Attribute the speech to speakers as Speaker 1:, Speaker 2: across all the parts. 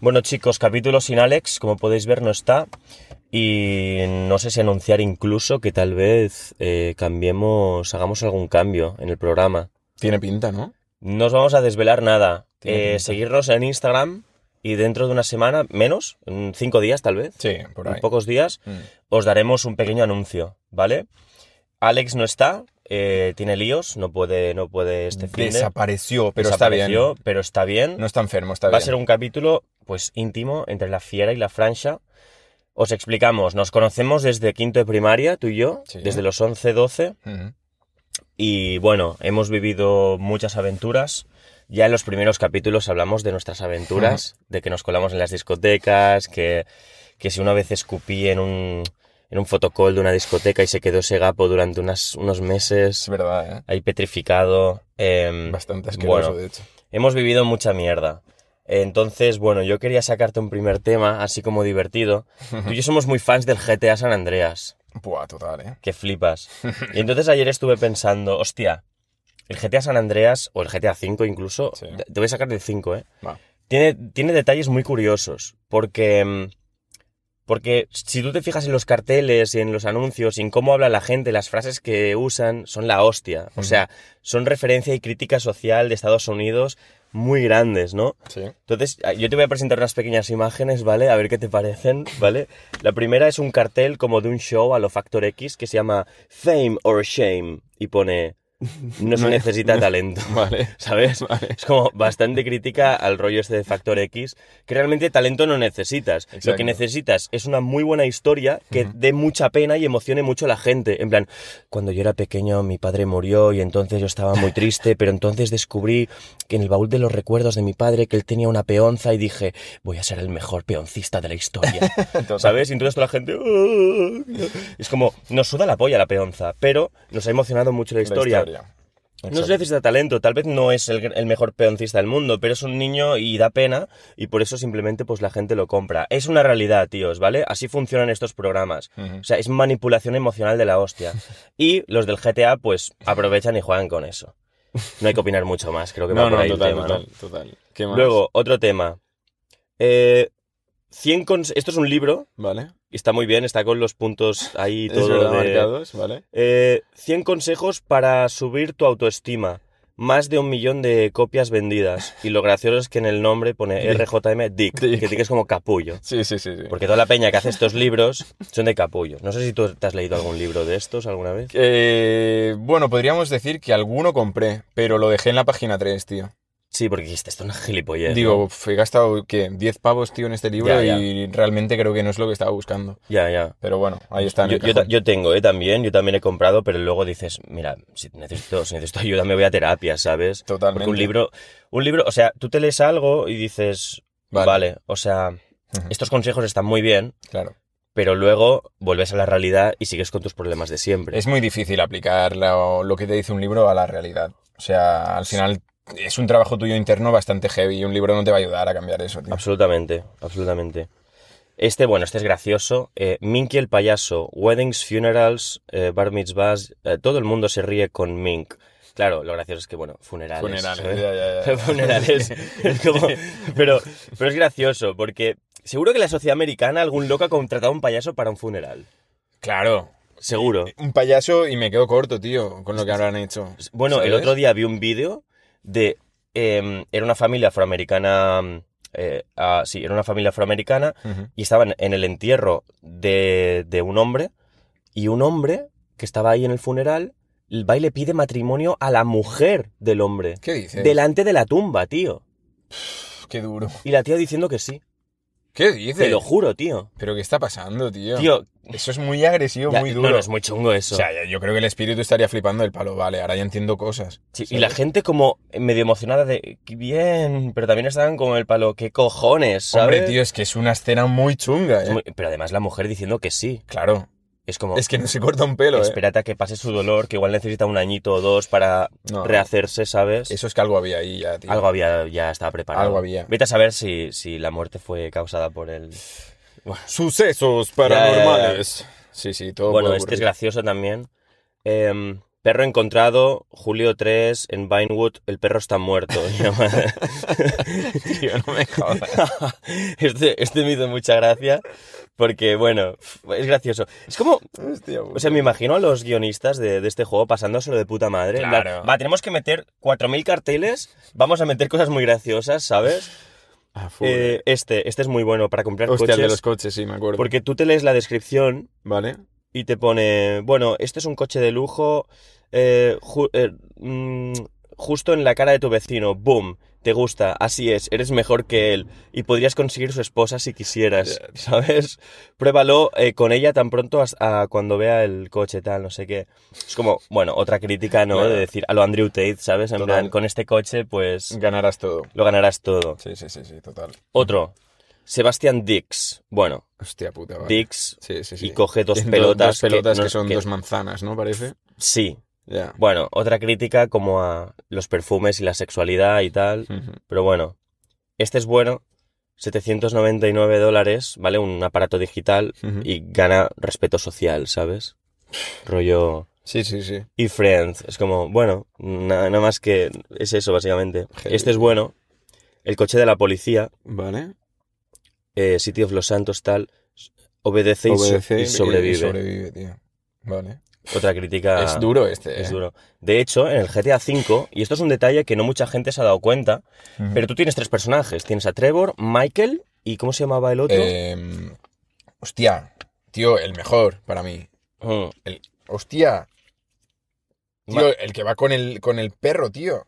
Speaker 1: Bueno chicos, capítulo sin Alex, como podéis ver no está. Y no sé si anunciar incluso que tal vez eh, cambiemos, hagamos algún cambio en el programa.
Speaker 2: Tiene pinta, ¿no?
Speaker 1: No os vamos a desvelar nada.
Speaker 2: Tiene
Speaker 1: Eh,
Speaker 2: pinta.
Speaker 1: seguirnos en Instagram y dentro de una semana, menos, en cinco días tal vez,
Speaker 2: Sí, por
Speaker 1: en
Speaker 2: ahí.
Speaker 1: pocos días,
Speaker 2: Mm.
Speaker 1: os daremos un pequeño anuncio, ¿vale? Alex no está, eh, tiene líos, no puede, no puede este fin de-
Speaker 2: Desapareció, pero está
Speaker 1: desapareció,
Speaker 2: bien.
Speaker 1: pero está bien.
Speaker 2: No está enfermo, está
Speaker 1: Va a
Speaker 2: bien.
Speaker 1: ser un capítulo, pues, íntimo entre la fiera y la francha. Os explicamos, nos conocemos desde quinto de primaria, tú y yo,
Speaker 2: Sí.
Speaker 1: desde los 11, 12,
Speaker 2: Ujú.
Speaker 1: y bueno, hemos vivido muchas aventuras. Ya en los primeros capítulos hablamos de nuestras aventuras, de que nos colamos en las discotecas, que, que si una vez escupí en un, en un fotocall de una discoteca y se quedó ese gapo durante unas, unos
Speaker 2: Es
Speaker 1: meses,
Speaker 2: verdad, ¿eh?
Speaker 1: ahí petrificado. em,
Speaker 2: Bastante asqueroso,
Speaker 1: bueno,
Speaker 2: de hecho.
Speaker 1: Hemos vivido mucha mierda. Entonces, bueno, yo quería sacarte un primer tema, así como divertido. Tú y yo somos muy fans del GTA San Andreas,
Speaker 2: Buah, total, ¿eh?
Speaker 1: que flipas. Y entonces ayer estuve pensando, hostia, el GTA San Andreas, o el GTA V incluso,
Speaker 2: Sí.
Speaker 1: te- te voy a sacar del 5, ¿eh?
Speaker 2: Va.
Speaker 1: Tiene, tiene detalles muy curiosos, porque... mm, Porque si tú te fijas en los carteles y en los anuncios y en cómo habla la gente, las frases que usan son la hostia. O
Speaker 2: Ujú.
Speaker 1: sea, son referencia y crítica social de Estados Unidos muy grandes, ¿no?
Speaker 2: Sí.
Speaker 1: Entonces, a- yo te voy a presentar unas pequeñas imágenes, ¿vale? A ver qué te parecen, ¿vale? La primera es un cartel como de un show a lo Factor X que se llama Fame or Shame y pone No se
Speaker 2: No-
Speaker 1: necesita
Speaker 2: no-
Speaker 1: talento,
Speaker 2: Vale.
Speaker 1: ¿sabes?
Speaker 2: Vale.
Speaker 1: Es como bastante crítica al rollo este de Factor X, que realmente talento no necesitas. Lo que
Speaker 2: Exacto.
Speaker 1: necesitas es una muy buena historia que dé mucha pena y emocione mucho a la gente. En plan, cuando yo era pequeño mi padre murió y entonces yo estaba muy triste, pero entonces descubrí que en el baúl de los recuerdos de mi padre que él tenía una peonza y dije, voy a ser el mejor peoncista de la historia.
Speaker 2: Total.
Speaker 1: ¿Sabes? Y entonces toda la gente... "Ah". Es como, nos suda la polla la peonza, pero nos ha emocionado mucho La
Speaker 2: La
Speaker 1: historia. No se
Speaker 2: Exacto.
Speaker 1: necesita talento, tal vez no es el, el mejor peoncista del mundo, pero es un niño y da pena y por eso simplemente pues la gente lo compra. Es una realidad, tíos, ¿vale? Así funcionan estos programas.
Speaker 2: Ujú.
Speaker 1: O sea, es manipulación emocional de la hostia. Y los del GTA pues aprovechan y juegan con eso. No hay que opinar mucho más, creo que va
Speaker 2: No,
Speaker 1: por
Speaker 2: no,
Speaker 1: ahí el
Speaker 2: total,
Speaker 1: tema, ¿no?
Speaker 2: total, total. ¿Qué más?
Speaker 1: Luego, otro tema. Eh, 100 cons- Esto es un libro,
Speaker 2: Vale.
Speaker 1: y está muy bien, está con los puntos ahí
Speaker 2: es
Speaker 1: todo
Speaker 2: verdad,
Speaker 1: de-
Speaker 2: marcados, ¿vale?
Speaker 1: eh, 100 consejos para subir tu autoestima. Más de un millón de copias vendidas. Y lo gracioso es que en el nombre pone
Speaker 2: Dick.
Speaker 1: RJM Dick,
Speaker 2: Dick.
Speaker 1: que Dick es como capullo.
Speaker 2: Sí, sí, sí. sí.
Speaker 1: Porque toda la peña que hace estos libros son de capullos. No sé si tú te has leído algún libro de estos alguna vez.
Speaker 2: Eh, bueno, podríamos decir que alguno compré, pero lo dejé en la página 3, tío.
Speaker 1: Sí, porque dijiste, esto es una gilipollez.
Speaker 2: Digo,
Speaker 1: ¿no?".
Speaker 2: uf, he gastado, ¿qué? 10 pavos, tío, en este libro
Speaker 1: Ya, ya.
Speaker 2: y realmente creo que no es lo que estaba buscando.
Speaker 1: Ya, ya.
Speaker 2: Pero bueno, ahí está. en
Speaker 1: Yo,
Speaker 2: el
Speaker 1: yo ta-
Speaker 2: cajón.
Speaker 1: yo tengo, ¿eh? También, yo también he comprado, pero luego dices, mira, si necesito, si necesito ayuda me voy a terapia, ¿sabes?
Speaker 2: Totalmente.
Speaker 1: Porque un libro, un libro, o sea, tú te lees algo y dices,
Speaker 2: Vale.
Speaker 1: vale o sea,
Speaker 2: Ujú.
Speaker 1: estos consejos están muy bien,
Speaker 2: Claro.
Speaker 1: pero luego vuelves a la realidad y sigues con tus problemas de siempre.
Speaker 2: Es muy difícil aplicar lo, lo que te dice un libro a la realidad. O sea, al final es un trabajo tuyo interno bastante heavy y un libro no te va a ayudar a cambiar eso, tío.
Speaker 1: Absolutamente, absolutamente. Este, bueno, este es gracioso. Eh, Minky el payaso, weddings, funerals, eh, bar mitzvahs, eh, todo el mundo se ríe con Mink. Claro, lo gracioso es que, bueno, funerales. ¿sabes?
Speaker 2: ya, ya, ya.
Speaker 1: funerales. Es como- pero, pero es gracioso, porque seguro que la sociedad americana algún loco ha contratado a un payaso para un funeral.
Speaker 2: Claro.
Speaker 1: Seguro.
Speaker 2: Un payaso y me quedo corto, tío, con lo que habrán hecho.
Speaker 1: Pues, Bueno, el
Speaker 2: ¿Sabes?
Speaker 1: otro día vi un vídeo de... eh, era una familia afroamericana... eh, ah, sí, era una familia afroamericana
Speaker 2: Ujú.
Speaker 1: y estaban en el entierro de, de un hombre y un hombre que estaba ahí en el funeral va y le pide matrimonio a la mujer del hombre.
Speaker 2: ¿Qué dices?
Speaker 1: Delante de la tumba, tío.
Speaker 2: Pff, Qué duro.
Speaker 1: Y la tía diciendo que sí.
Speaker 2: ¿Qué dices?
Speaker 1: Te lo juro, tío.
Speaker 2: ¿Pero qué está pasando, tío?
Speaker 1: Tío,
Speaker 2: Eso es muy agresivo,
Speaker 1: ya-
Speaker 2: muy
Speaker 1: no,
Speaker 2: duro.
Speaker 1: no, es muy chungo eso.
Speaker 2: O sea, ya- yo creo que el espíritu estaría flipando el palo. Vale, ahora ya entiendo cosas.
Speaker 1: Sí, y
Speaker 2: ¿sabes?
Speaker 1: la gente como medio emocionada de, "Qué bien, pero también estaban como el palo, ¿qué cojones? ¿sabes?
Speaker 2: Hombre, tío, es que es una escena muy chunga,
Speaker 1: Es
Speaker 2: ¿eh?
Speaker 1: muy- Pero además la mujer diciendo que sí.
Speaker 2: Claro.
Speaker 1: Es como,
Speaker 2: Es que no se corta un pelo, ¿eh?
Speaker 1: espérate a que pase su dolor, que igual necesita un añito o dos para
Speaker 2: No.
Speaker 1: rehacerse, ¿sabes?
Speaker 2: Eso es que algo había ahí ya, tío.
Speaker 1: Algo había, ya estaba preparado.
Speaker 2: Algo había.
Speaker 1: Vete a saber si, si la muerte fue causada por el...
Speaker 2: Sucesos
Speaker 1: paranormales.
Speaker 2: paranormales. Sí, sí, todo
Speaker 1: bueno,
Speaker 2: puede
Speaker 1: este es
Speaker 2: ocurrir.
Speaker 1: gracioso también. Em, Perro encontrado, julio 3, en Vinewood, el perro está muerto.
Speaker 2: Tío, no me jodas.
Speaker 1: este, este me hizo mucha gracia porque, bueno, es gracioso. Es como,
Speaker 2: Hostia,
Speaker 1: o sea, me imagino a los guionistas de, de este juego pasándoselo de puta madre. En plan,
Speaker 2: Claro.
Speaker 1: Va, tenemos que meter 4.000 carteles, vamos a meter cosas muy graciosas, ¿sabes?
Speaker 2: A full.
Speaker 1: Eh, este, este es muy bueno para comprar
Speaker 2: Hostia, el de
Speaker 1: coches.
Speaker 2: los coches, sí, me acuerdo.
Speaker 1: Porque tú te lees la descripción
Speaker 2: ¿Vale?
Speaker 1: y te pone, bueno, este es un coche de lujo eh, ju- eh, mm, justo en la cara de tu vecino, boom, te gusta, así es, eres mejor que él y podrías conseguir su esposa si quisieras, ¿sabes? Pruébalo eh, con ella tan pronto as- a cuando vea el coche, tal, no sé qué. Es como, bueno, otra crítica, ¿no?
Speaker 2: Claro.
Speaker 1: De decir a lo Andrew Tate, ¿sabes? En
Speaker 2: Total.
Speaker 1: plan, con este coche, pues
Speaker 2: Ganarás todo.
Speaker 1: lo ganarás todo.
Speaker 2: Sí, sí, sí, sí, total.
Speaker 1: Otro, Sebastián Dix. Bueno,
Speaker 2: Hostia puta, vale.
Speaker 1: Dix
Speaker 2: Sí, sí, sí.
Speaker 1: y coge dos
Speaker 2: Tienen do-
Speaker 1: pelotas.
Speaker 2: Dos pelotas que,
Speaker 1: no-
Speaker 2: son dos manzanas, ¿no? Parece.
Speaker 1: Sí,
Speaker 2: Ya.
Speaker 1: Bueno, otra crítica como a los perfumes y la sexualidad y tal.
Speaker 2: Ujú.
Speaker 1: Pero bueno, este es bueno. 799 dólares, ¿vale? Un aparato digital
Speaker 2: Ujú.
Speaker 1: y gana respeto social, ¿sabes? Rollo...
Speaker 2: Sí, sí, sí.
Speaker 1: Y Friends. Es como, bueno, na- nada más que... Es eso, básicamente.
Speaker 2: Heavy.
Speaker 1: Este es bueno. El coche de la policía,
Speaker 2: Vale.
Speaker 1: eh, City of Los Santos, tal, obedece, y so-
Speaker 2: Obedecer
Speaker 1: y, sobrevive.
Speaker 2: sobrevive, tío. Vale.
Speaker 1: Otra crítica...
Speaker 2: Es duro este.
Speaker 1: Es
Speaker 2: eh.
Speaker 1: duro. De hecho, en el GTA V, y esto es un detalle que no mucha gente se ha dado cuenta,
Speaker 2: Ujú.
Speaker 1: pero tú tienes tres personajes. Tienes a Trevor, Michael y ¿cómo se llamaba el otro?
Speaker 2: Eh, hostia, tío, el mejor para mí.
Speaker 1: Mm.
Speaker 2: Hostia.
Speaker 1: Ma-
Speaker 2: Tío, el que va con el, con el perro, tío.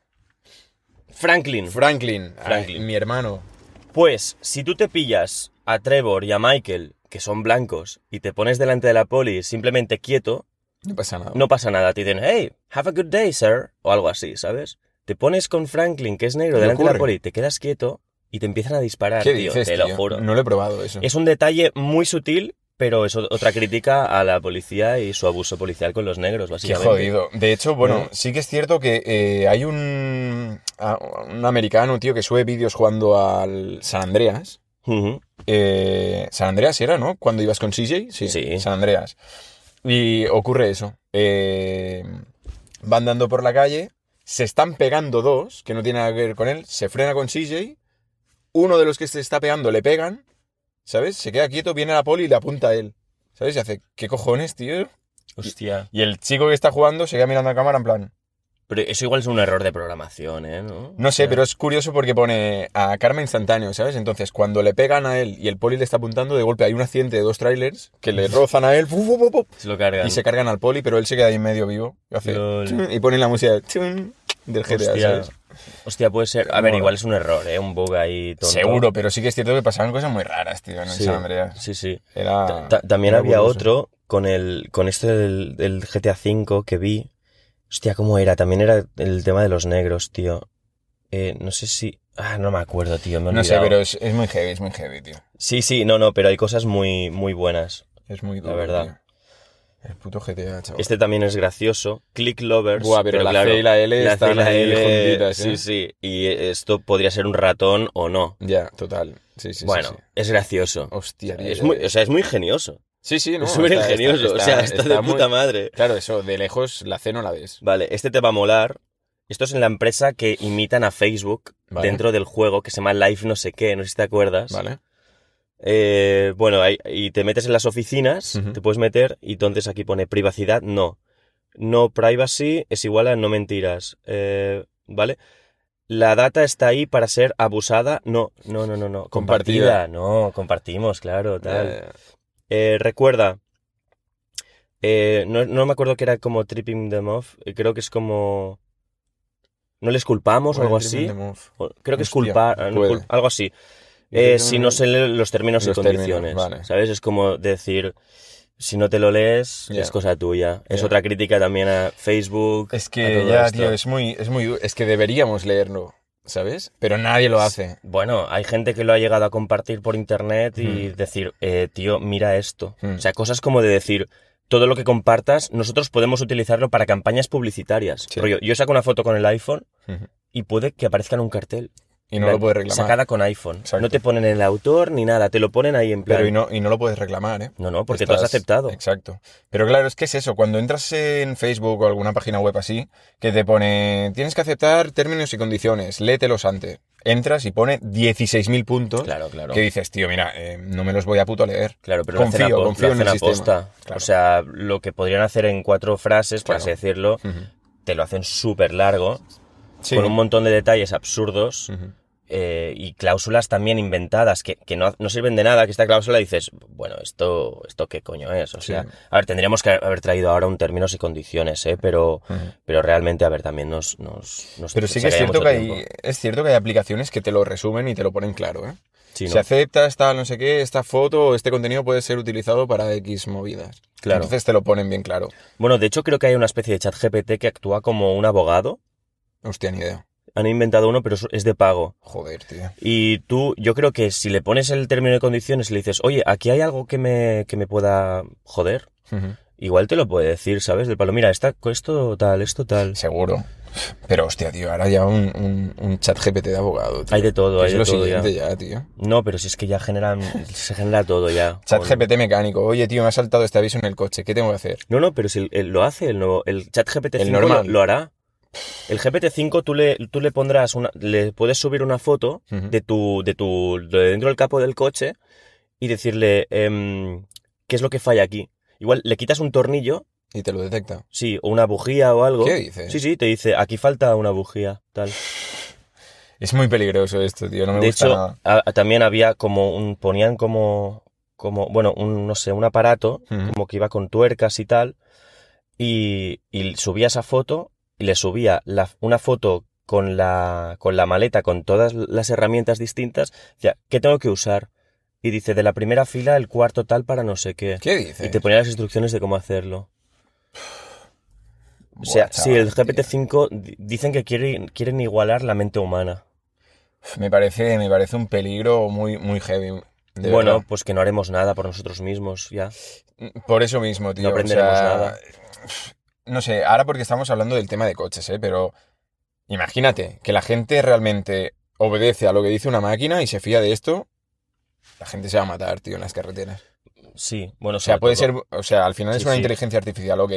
Speaker 1: Franklin.
Speaker 2: Franklin. Ay,
Speaker 1: Franklin.
Speaker 2: mi hermano.
Speaker 1: Pues, si tú te pillas a Trevor y a Michael, que son blancos, y te pones delante de la poli simplemente quieto,
Speaker 2: No pasa nada.
Speaker 1: no pasa nada. Te dicen, hey, have a good day, sir, o algo así, ¿sabes? Te pones con Franklin, que es negro,
Speaker 2: ¿Qué
Speaker 1: delante de la
Speaker 2: ocurre?
Speaker 1: poli, te quedas quieto y te empiezan a disparar,
Speaker 2: ¿Qué
Speaker 1: tío,
Speaker 2: dices,
Speaker 1: te
Speaker 2: tío?
Speaker 1: lo juro.
Speaker 2: No lo he probado eso.
Speaker 1: Es un detalle muy sutil, pero es o- otra crítica a la policía y su abuso policial con los negros,
Speaker 2: Qué
Speaker 1: básicamente.
Speaker 2: jodido. De hecho, bueno,
Speaker 1: ¿Eh?
Speaker 2: sí que es cierto que eh, hay un, a- un americano, tío, que sube vídeos jugando al San Andreas.
Speaker 1: Ujú.
Speaker 2: Eh, San Andreas era, ¿no? Cuando ibas con CJ. Sí,
Speaker 1: Sí.
Speaker 2: San Andreas. Y ocurre eso. Eh, va andando por la calle, se están pegando dos, que no tiene nada que ver con él, se frena con CJ, uno de los que se está pegando le pegan, ¿sabes? Se queda quieto, viene la poli y le apunta a él. ¿Sabes? Y hace, ¿qué cojones, tío?
Speaker 1: Hostia.
Speaker 2: Y el chico que está jugando se queda mirando a cámara en plan.
Speaker 1: Pero eso igual es un error de programación, ¿eh? No,
Speaker 2: No sé,
Speaker 1: O sea,
Speaker 2: pero es curioso porque pone a karma instantáneo, ¿sabes? Entonces, cuando le pegan a él y el poli le está apuntando, de golpe hay un accidente de dos trailers que le rozan a él ¡fu, fu, fu, fu!
Speaker 1: Se lo cargan.
Speaker 2: y se cargan al poli, pero él se queda ahí medio vivo. Y, hace
Speaker 1: Lol.
Speaker 2: chun, y pone la música chun, del GTA,
Speaker 1: Hostia.
Speaker 2: ¿sabes?
Speaker 1: Hostia, puede ser. A ver,
Speaker 2: Mola.
Speaker 1: igual es un error, ¿eh? Un bug ahí tonto.
Speaker 2: Seguro, pero sí que es cierto que pasaban cosas muy raras, tío, en el
Speaker 1: Sí.
Speaker 2: San Andreas.
Speaker 1: Sí, sí.
Speaker 2: Era.
Speaker 1: Ta- ta- También
Speaker 2: era
Speaker 1: había
Speaker 2: curioso.
Speaker 1: otro con el con esto del, del GTA V que vi. Hostia, ¿cómo era? También era el tema de los negros, tío. Eh, no sé si... Ah, no me acuerdo, tío. Me he
Speaker 2: No sé,
Speaker 1: olvidado.
Speaker 2: pero es, es muy heavy, es muy heavy, tío.
Speaker 1: Sí, sí, no, no, pero hay cosas muy, muy buenas.
Speaker 2: Es muy duro.
Speaker 1: verdad.
Speaker 2: tío. El puto GTA, chaval.
Speaker 1: Este también es gracioso. Click Lovers.
Speaker 2: Oh. Buah, pero la C y la L
Speaker 1: la C
Speaker 2: están
Speaker 1: y la
Speaker 2: ahí
Speaker 1: L,
Speaker 2: juntitas,
Speaker 1: Sí,
Speaker 2: ¿eh?
Speaker 1: sí. Y esto podría ser un ratón o no.
Speaker 2: Ya, total. Sí, sí, sí,
Speaker 1: bueno,
Speaker 2: sí.
Speaker 1: es gracioso.
Speaker 2: Hostia, tío. eh,
Speaker 1: es muy, o sea, es muy ingenioso.
Speaker 2: Sí, sí, no.
Speaker 1: es súper
Speaker 2: está-
Speaker 1: ingenioso.
Speaker 2: está-
Speaker 1: o sea, está,
Speaker 2: está-
Speaker 1: de
Speaker 2: está muy-
Speaker 1: puta madre.
Speaker 2: Claro, eso, de lejos la C no la ves.
Speaker 1: Vale, este te va a molar. Esto es en la empresa que imitan a Facebook
Speaker 2: Vale.
Speaker 1: dentro del juego que se llama Live no sé qué, no sé si te acuerdas.
Speaker 2: Vale.
Speaker 1: Eh, bueno, ahí- y te metes en las oficinas,
Speaker 2: Ujú.
Speaker 1: te puedes meter y entonces aquí pone privacidad, no. No privacy es igual a no mentiras, eh, ¿vale? La data está ahí para ser abusada, no, no, no, no, no.
Speaker 2: Compartida.
Speaker 1: no, compartimos, claro, tal.
Speaker 2: Eh,
Speaker 1: Eh, recuerda, eh, no, no me acuerdo que era como tripping them off, eh, creo que es como... No les culpamos o algo
Speaker 2: Walter
Speaker 1: así.
Speaker 2: Benjamin Move.
Speaker 1: O- Creo que es
Speaker 2: Hostia,
Speaker 1: culpar, eh, no
Speaker 2: puede.
Speaker 1: cul- algo así.
Speaker 2: Creo
Speaker 1: Eh,
Speaker 2: que
Speaker 1: si
Speaker 2: no-
Speaker 1: no se leen los términos
Speaker 2: Los
Speaker 1: y
Speaker 2: términos,
Speaker 1: condiciones,
Speaker 2: vale.
Speaker 1: ¿sabes? Es como decir, si no te lo lees,
Speaker 2: Ya.
Speaker 1: es cosa tuya. Es
Speaker 2: Ya.
Speaker 1: otra crítica también a Facebook.
Speaker 2: Es
Speaker 1: a
Speaker 2: que
Speaker 1: todo
Speaker 2: ya,
Speaker 1: esto.
Speaker 2: tío, es muy, es muy. du- Es que deberíamos leerlo, ¿sabes? Pero nadie lo hace.
Speaker 1: Bueno, hay gente que lo ha llegado a compartir por internet y
Speaker 2: Hmm.
Speaker 1: decir, eh, tío, mira esto.
Speaker 2: Hmm.
Speaker 1: O sea, cosas como de decir, todo lo que compartas, nosotros podemos utilizarlo para campañas publicitarias.
Speaker 2: Sí.
Speaker 1: Rollo, yo saco una foto con el iPhone
Speaker 2: Ujú.
Speaker 1: y puede que aparezca en un cartel.
Speaker 2: Y no lo puedes reclamar.
Speaker 1: Sacada con iPhone.
Speaker 2: Exacto.
Speaker 1: No te ponen el autor ni nada, te lo ponen ahí en plan.
Speaker 2: Pero y no, y no lo puedes reclamar, ¿eh?
Speaker 1: No, no, porque tú has aceptado.
Speaker 2: Exacto. Pero claro, es que es eso. Cuando entras en Facebook o alguna página web así, que te pone, tienes que aceptar términos y condiciones, léetelos antes. Entras y pone 16.000 puntos.
Speaker 1: Claro, claro.
Speaker 2: Que dices, tío, mira, eh, no me los voy a puto leer.
Speaker 1: Claro, pero
Speaker 2: confío,
Speaker 1: lo hacen a, pos-
Speaker 2: confío
Speaker 1: lo
Speaker 2: en el
Speaker 1: hacen a
Speaker 2: sistema.
Speaker 1: posta.
Speaker 2: Claro.
Speaker 1: O sea, lo que podrían hacer en cuatro frases, por
Speaker 2: Claro.
Speaker 1: así decirlo,
Speaker 2: Ujú.
Speaker 1: te lo hacen súper largo,
Speaker 2: Sí. Mm.
Speaker 1: con un montón de detalles absurdos.
Speaker 2: Ujú.
Speaker 1: eh, y cláusulas también inventadas que, que no, no sirven de nada, que esta cláusula dices, bueno, esto, esto qué coño es. O
Speaker 2: Sí.
Speaker 1: sea, a ver, tendríamos que haber traído ahora un términos y condiciones, ¿eh? pero,
Speaker 2: Ujú.
Speaker 1: pero realmente, a ver, también nos... nos, nos
Speaker 2: Pero sí que es
Speaker 1: sacaría
Speaker 2: cierto
Speaker 1: mucho
Speaker 2: que, hay,
Speaker 1: tiempo.
Speaker 2: es cierto que hay aplicaciones que te lo resumen y te lo ponen claro, ¿eh?
Speaker 1: Sí,
Speaker 2: Si
Speaker 1: ¿no?
Speaker 2: aceptas tal, no sé qué, esta foto o este contenido puede ser utilizado para X movidas.
Speaker 1: Claro.
Speaker 2: Entonces te lo ponen bien claro.
Speaker 1: Bueno, de hecho creo que hay una especie de chat GPT que actúa como un abogado.
Speaker 2: Hostia, ni idea.
Speaker 1: Han inventado uno, pero es- es de pago.
Speaker 2: Joder, tío.
Speaker 1: Y tú, yo creo que si le pones el término de condiciones y le dices, oye, aquí hay algo que me, que me pueda joder,
Speaker 2: Ujú.
Speaker 1: igual te lo puede decir, ¿sabes? Del palo, mira, esta, esto tal, esto tal.
Speaker 2: Seguro. Pero hostia, tío, ahora ya un, un, un chat GPT de abogado, tío.
Speaker 1: Hay de todo, hay
Speaker 2: Que es
Speaker 1: de
Speaker 2: lo
Speaker 1: todo ya.
Speaker 2: siguiente ya, tío.
Speaker 1: No, pero si es que ya generan, se genera todo ya.
Speaker 2: Chat
Speaker 1: Con-
Speaker 2: GPT mecánico. Oye, tío, me ha saltado este aviso en el coche. ¿Qué tengo que hacer?
Speaker 1: No, no, pero si el- el- lo hace, el, nuevo, el chat GPT-5
Speaker 2: El
Speaker 1: lo,
Speaker 2: normal.
Speaker 1: lo hará. El GPT-5 tú le, tú le pondrás una, le puedes subir una foto
Speaker 2: Ujú.
Speaker 1: de tu, de tu, de dentro del capo del coche y decirle, em, ¿qué es lo que falla aquí? Igual le quitas un tornillo,
Speaker 2: Y te lo detecta.
Speaker 1: sí, o una bujía o algo.
Speaker 2: ¿Qué dices?
Speaker 1: Sí, sí, te dice, aquí falta una bujía, tal.
Speaker 2: Es muy peligroso esto, tío. No me
Speaker 1: de
Speaker 2: gusta
Speaker 1: hecho,
Speaker 2: nada.
Speaker 1: a- a- también había como un, ponían como, como, bueno, un, no sé, un aparato,
Speaker 2: Ujú.
Speaker 1: como que iba con tuercas y tal, y, y subía esa foto, y le subía la- una foto con la, con la maleta, con todas las herramientas distintas, decía, ¿qué tengo que usar? Y dice, de la primera fila, el cuarto tal para no sé qué.
Speaker 2: ¿Qué
Speaker 1: Y
Speaker 2: dices?
Speaker 1: te ponía las instrucciones de cómo hacerlo. O sea,
Speaker 2: Buah,
Speaker 1: sí, el
Speaker 2: chaval, tío.
Speaker 1: GPT-5 di- dicen que quieren, quieren igualar la mente humana.
Speaker 2: Me parece, me parece un peligro muy, muy heavy. de
Speaker 1: bueno,
Speaker 2: verdad.
Speaker 1: pues que no haremos nada por nosotros mismos, ya.
Speaker 2: Mm, Por eso mismo, tío.
Speaker 1: No
Speaker 2: o
Speaker 1: aprenderemos
Speaker 2: sea,
Speaker 1: nada.
Speaker 2: No sé, ahora porque estamos hablando del tema de coches, ¿eh? Pero imagínate que la gente realmente obedece a lo que dice una máquina y se fía de esto. La gente se va a matar, tío, en las carreteras.
Speaker 1: Sí, bueno,
Speaker 2: O sea, puede ser. O sea, al final es
Speaker 1: Sí,
Speaker 2: una
Speaker 1: sí.
Speaker 2: inteligencia artificial, ok.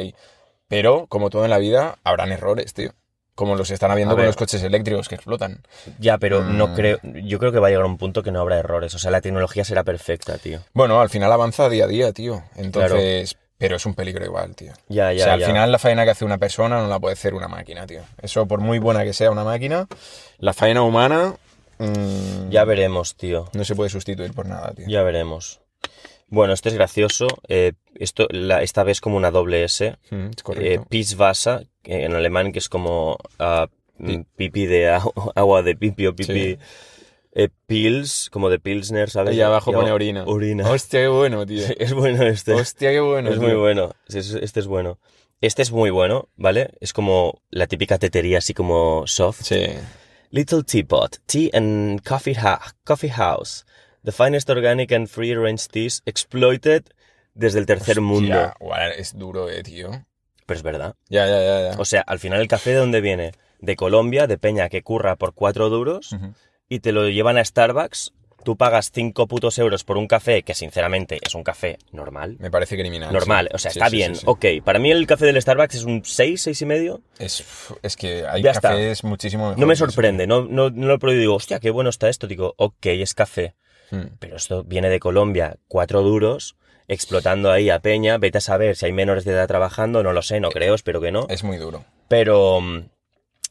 Speaker 2: Pero, como todo en la vida, habrán errores, tío. Como los están habiendo
Speaker 1: A
Speaker 2: con
Speaker 1: ver.
Speaker 2: los coches eléctricos que explotan.
Speaker 1: Ya, pero
Speaker 2: Mm.
Speaker 1: no creo. Yo creo que va a llegar un punto que no habrá errores. O sea, la tecnología será perfecta, tío.
Speaker 2: Bueno, al final avanza día a día, tío. Entonces. Pero es un peligro igual, tío.
Speaker 1: Ya, ya,
Speaker 2: o sea, al
Speaker 1: ya.
Speaker 2: final la faena que hace una persona no la puede hacer una máquina, tío. Eso, por muy buena que sea una máquina, la faena humana mm,
Speaker 1: Ya veremos, tío.
Speaker 2: no se puede sustituir por nada, tío.
Speaker 1: Ya veremos. Bueno, esto es gracioso. eh, esto, la- esta vez como una doble S.
Speaker 2: Mm, es
Speaker 1: Eh,
Speaker 2: correcto.
Speaker 1: Pisswasser, que en alemán, que es como ah, mm, pipi de agua, agua de pipi o pipi.
Speaker 2: Sí.
Speaker 1: eh, pils, como de Pilsner, ¿sabes?
Speaker 2: Ahí abajo
Speaker 1: Y
Speaker 2: pone
Speaker 1: hago-
Speaker 2: orina.
Speaker 1: Orina.
Speaker 2: Hostia, qué bueno, tío.
Speaker 1: Es bueno este.
Speaker 2: Hostia, qué bueno.
Speaker 1: es
Speaker 2: tío.
Speaker 1: muy bueno. Sí, es- Este es bueno. Este es muy bueno, ¿vale? Es como la típica tetería así como soft.
Speaker 2: Sí.
Speaker 1: Little Teapot, Tea and Coffee, ha- coffee House. The finest organic and free range teas exploited desde el tercer
Speaker 2: Hostia,
Speaker 1: mundo.
Speaker 2: guau, es duro, eh, tío.
Speaker 1: Pero es verdad.
Speaker 2: Ya, ya, ya, ya.
Speaker 1: O sea, al final el café de dónde viene? De Colombia, de Peña, que curra por cuatro duros
Speaker 2: Ujú.
Speaker 1: y te lo llevan a Starbucks. Tú pagas cinco putos euros por un café que sinceramente es un café normal.
Speaker 2: Me parece criminal.
Speaker 1: Normal,
Speaker 2: Ah, sí.
Speaker 1: o sea,
Speaker 2: Sí,
Speaker 1: está
Speaker 2: sí,
Speaker 1: bien.
Speaker 2: sí, sí.
Speaker 1: Ok, para mí el café del Starbucks es un 6, 6 y medio.
Speaker 2: Es, es que hay
Speaker 1: Ya está.
Speaker 2: cafés muchísimo mejor
Speaker 1: No me
Speaker 2: que eso.
Speaker 1: sorprende, no, no, no lo pruebo y digo, hostia, qué bueno está esto. Digo, ok, es café.
Speaker 2: Mm.
Speaker 1: Pero esto viene de Colombia, cuatro duros, explotando ahí a Peña. Vete a saber si hay menores de edad trabajando, no lo sé, no creo, espero que no.
Speaker 2: Es muy duro.
Speaker 1: Pero, mm,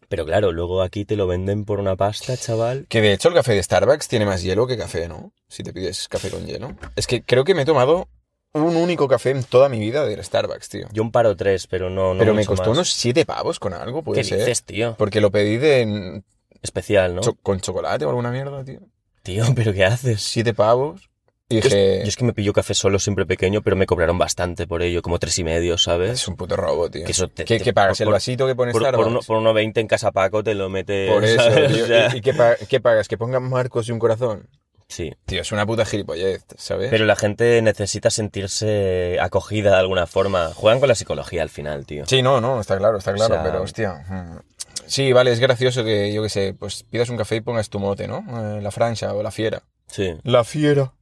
Speaker 1: pero claro, luego aquí te lo venden por una pasta, chaval.
Speaker 2: Que de hecho el café de Starbucks tiene más hielo que café, ¿no? Si te pides café con hielo. Es que creo que me he tomado un único café en toda mi vida del Starbucks, tío.
Speaker 1: Yo un paro tres, pero no, no
Speaker 2: Pero me
Speaker 1: mucho
Speaker 2: costó
Speaker 1: más.
Speaker 2: unos 7 pavos con algo, puede
Speaker 1: ¿Qué
Speaker 2: ser.
Speaker 1: dices, tío?
Speaker 2: Porque lo pedí de
Speaker 1: Especial, ¿no?
Speaker 2: cho- con chocolate o alguna mierda, tío.
Speaker 1: Tío, ¿pero qué haces?
Speaker 2: 7 pavos. Y
Speaker 1: Yo es,
Speaker 2: dije,
Speaker 1: yo es que me pillo café solo siempre pequeño, pero me cobraron bastante por ello, como tres y medio, ¿sabes?
Speaker 2: es un puto robo, tío.
Speaker 1: Que eso te-
Speaker 2: ¿Qué,
Speaker 1: te-
Speaker 2: qué pagas?
Speaker 1: por-
Speaker 2: ¿El
Speaker 1: por-
Speaker 2: vasito que pone
Speaker 1: Por, por, uno-
Speaker 2: Starbucks?
Speaker 1: por 1,20 en Casa Paco te lo metes.
Speaker 2: Por eso,
Speaker 1: ¿sabes?
Speaker 2: tío.
Speaker 1: O sea,
Speaker 2: ¿Y, y qué, pa- qué pagas? ¿Que pongan Marcos y un corazón?
Speaker 1: sí.
Speaker 2: Tío, es una puta gilipollez, ¿sabes?
Speaker 1: Pero la gente necesita sentirse acogida de alguna forma. Juegan con la psicología al final, tío.
Speaker 2: Sí, no, no, está claro, está claro,
Speaker 1: sea,
Speaker 2: pero hostia. mm, Sí, vale, es gracioso que, yo qué sé, pues pidas un café y pongas tu mote, ¿no? Eh, la francha o la fiera.
Speaker 1: Sí.
Speaker 2: La fiera.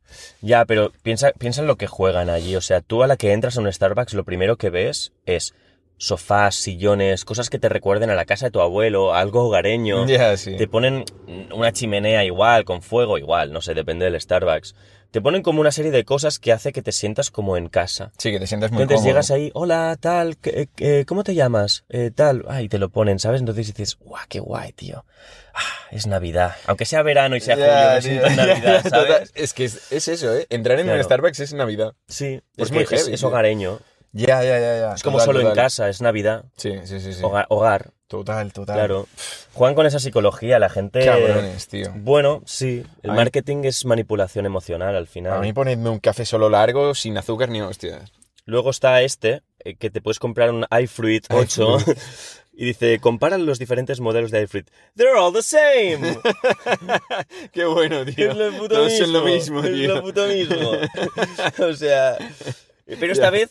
Speaker 1: Ya, pero piensa, piensa en lo que juegan allí. O sea, tú a la que entras a un Starbucks, lo primero que ves es sofás, sillones, cosas que te recuerden a la casa de tu abuelo, algo hogareño.
Speaker 2: Ya, sí.
Speaker 1: Te ponen una chimenea igual, con fuego igual, no sé, depende del Starbucks. Te ponen como una serie de cosas que hace que te sientas como en casa.
Speaker 2: Sí, que te sientes muy
Speaker 1: Entonces
Speaker 2: cómodo.
Speaker 1: llegas ahí, hola, tal, ¿qué- qué- ¿cómo te llamas? Eh, tal, ay, te lo ponen, ¿sabes? Entonces dices, guau, qué guay, tío. Ah, es Navidad. Aunque sea verano y sea julio, me
Speaker 2: Ya, tío.
Speaker 1: siento en Navidad,
Speaker 2: Ya,
Speaker 1: ¿sabes?
Speaker 2: total. Es que es, es eso, ¿eh? Entrar en
Speaker 1: Claro.
Speaker 2: un Starbucks es Navidad.
Speaker 1: Sí,
Speaker 2: Es
Speaker 1: porque
Speaker 2: muy
Speaker 1: es,
Speaker 2: heavy,
Speaker 1: es
Speaker 2: tío.
Speaker 1: hogareño.
Speaker 2: Ya, ya, ya, ya.
Speaker 1: Es como
Speaker 2: Total,
Speaker 1: solo en
Speaker 2: total.
Speaker 1: casa, es Navidad.
Speaker 2: Sí, sí, sí. sí.
Speaker 1: Hogar, hogar,
Speaker 2: Total, total.
Speaker 1: claro. Juegan con esa psicología, la gente.
Speaker 2: Cabrones, tío.
Speaker 1: Bueno, sí. El
Speaker 2: A mí-
Speaker 1: marketing es manipulación emocional al final.
Speaker 2: A mí ponedme un café solo largo, sin azúcar ni hostias.
Speaker 1: Luego está este, eh, que te puedes comprar un iFruit 8. Y dice, comparan los diferentes modelos de iFruit. They're all the same.
Speaker 2: Qué bueno, tío.
Speaker 1: Es lo puto
Speaker 2: Todos
Speaker 1: mismo.
Speaker 2: son lo mismo,
Speaker 1: es
Speaker 2: tío.
Speaker 1: lo puto mismo. o sea. Pero esta
Speaker 2: Ya.
Speaker 1: vez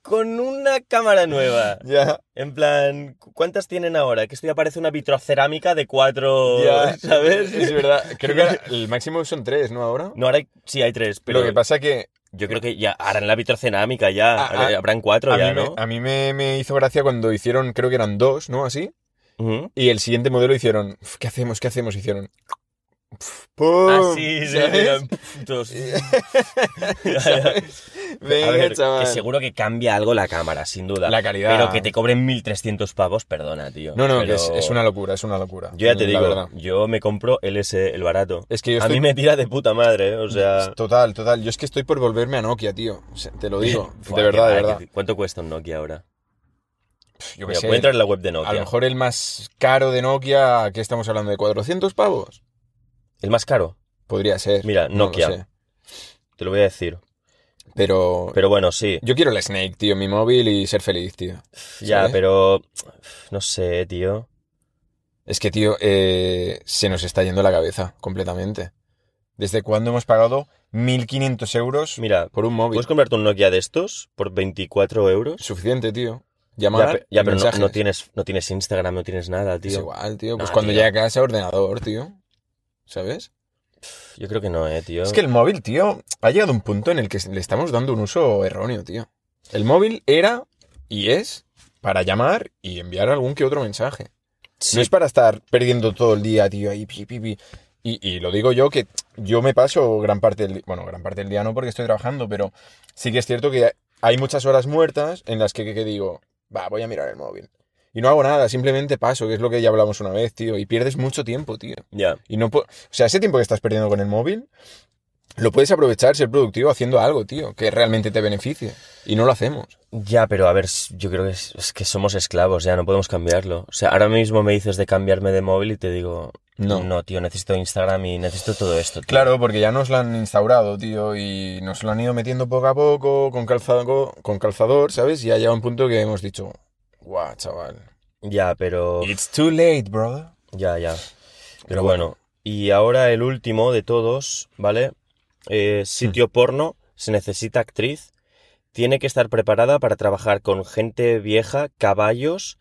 Speaker 1: con una cámara nueva.
Speaker 2: Ya,
Speaker 1: En plan, ¿cu- ¿cuántas tienen ahora? Que esto ya parece una vitrocerámica de cuatro,
Speaker 2: ya.
Speaker 1: ¿sabes?
Speaker 2: Es verdad. Creo que ahora el máximo son tres, ¿no? Ahora.
Speaker 1: No, ahora hay- sí hay tres, pero
Speaker 2: lo que pasa que
Speaker 1: yo creo que ya harán la vitrocerámica ya,
Speaker 2: Ah, ah,
Speaker 1: habrán cuatro
Speaker 2: a
Speaker 1: ya,
Speaker 2: mí,
Speaker 1: ¿no?
Speaker 2: me, a mí me, me hizo gracia cuando hicieron, creo que eran dos, ¿no? Así.
Speaker 1: Ujú.
Speaker 2: Y el siguiente modelo hicieron, "Uf, ¿qué hacemos? ¿Qué hacemos? Hicieron. "Pf, pum",
Speaker 1: Así se
Speaker 2: ¿sabes?
Speaker 1: miran, pff, todos.
Speaker 2: ¿Sabes? Venga,
Speaker 1: A ver,
Speaker 2: chaval.
Speaker 1: que seguro que cambia algo la cámara, sin duda.
Speaker 2: La calidad.
Speaker 1: Pero que te cobren 1.300 pavos, perdona, tío.
Speaker 2: No, no, que
Speaker 1: Pero
Speaker 2: es, es una locura, es una locura.
Speaker 1: Yo ya te
Speaker 2: la
Speaker 1: digo,
Speaker 2: verdad.
Speaker 1: yo me compro el S, el barato.
Speaker 2: Es que yo
Speaker 1: A
Speaker 2: estoy...
Speaker 1: mí me tira de puta madre, ¿eh? o sea...
Speaker 2: Total, total. Yo es que estoy por volverme a Nokia, tío. O sea, te lo digo.
Speaker 1: Buah,
Speaker 2: de
Speaker 1: qué
Speaker 2: verdad, de
Speaker 1: mal,
Speaker 2: verdad.
Speaker 1: que- ¿Cuánto cuesta un Nokia ahora?
Speaker 2: Yo qué
Speaker 1: Mira,
Speaker 2: sé,
Speaker 1: voy a entrar en la web de
Speaker 2: A
Speaker 1: Nokia.
Speaker 2: lo mejor el más caro de Nokia, que estamos hablando de 400 pavos.
Speaker 1: El más caro,
Speaker 2: Podría ser.
Speaker 1: Mira,
Speaker 2: no lo
Speaker 1: Nokia.
Speaker 2: sé.
Speaker 1: te lo voy a decir.
Speaker 2: Pero,
Speaker 1: Pero bueno, sí.
Speaker 2: yo quiero el Snake, tío, mi móvil y ser feliz, tío.
Speaker 1: Ya,
Speaker 2: ¿sabes?
Speaker 1: pero... No sé, tío.
Speaker 2: Es que, tío, eh, se nos está yendo la cabeza completamente. ¿Desde cuándo hemos pagado 1.500 euros
Speaker 1: Mira,
Speaker 2: por un móvil?
Speaker 1: ¿puedes comprarte un Nokia de estos por 24 euros?
Speaker 2: Suficiente, tío.
Speaker 1: Ya,
Speaker 2: Llamar
Speaker 1: pe- ya,
Speaker 2: y
Speaker 1: pero no,
Speaker 2: mensajes.
Speaker 1: no tienes, no tienes Instagram, no tienes nada,
Speaker 2: Es
Speaker 1: tío.
Speaker 2: igual, tío. Pues
Speaker 1: Nah,
Speaker 2: cuando
Speaker 1: tío.
Speaker 2: llega a casa, ordenador, tío. ¿Sabes?
Speaker 1: Yo creo que no, eh, tío.
Speaker 2: Es que el móvil, tío, ha llegado a un punto en el que le estamos dando un uso erróneo, tío. El móvil era y es para llamar y enviar algún que otro mensaje.
Speaker 1: Sí,
Speaker 2: No es para estar perdiendo todo el día, tío, ahí, pi, pi, pi. Y, y lo digo yo que yo me paso gran parte del día, bueno, gran parte del día no porque estoy trabajando, pero sí que es cierto que hay muchas horas muertas en las que, que- que digo, va, voy a mirar el móvil. Y no hago nada, simplemente paso, que es lo que ya hablamos una vez, tío, y pierdes mucho tiempo, tío.
Speaker 1: Ya,
Speaker 2: Y no po- o sea, ese tiempo que estás perdiendo con el móvil, lo puedes aprovechar, ser productivo haciendo algo, tío, que realmente te beneficie. Y no lo hacemos.
Speaker 1: ya, pero a ver, s- yo creo que es, es que somos esclavos, ya no podemos cambiarlo. O sea, ahora mismo me dices de cambiarme de móvil y te digo,
Speaker 2: No.
Speaker 1: no tío, necesito Instagram y necesito todo esto. tío".
Speaker 2: Claro, porque ya nos lo han instaurado, tío, y nos lo han ido metiendo poco a poco, con calzado, con calzador, ¿sabes? Y ha llegado un punto que hemos dicho, guau, chaval.
Speaker 1: Ya, pero...
Speaker 2: It's too late, brother.
Speaker 1: Ya, ya. Pero
Speaker 2: Pero bueno.
Speaker 1: bueno, y ahora el último de todos, ¿vale?
Speaker 2: Mm.
Speaker 1: Eh, sitio porno, se necesita actriz, tiene que estar preparada para trabajar con gente vieja, caballos,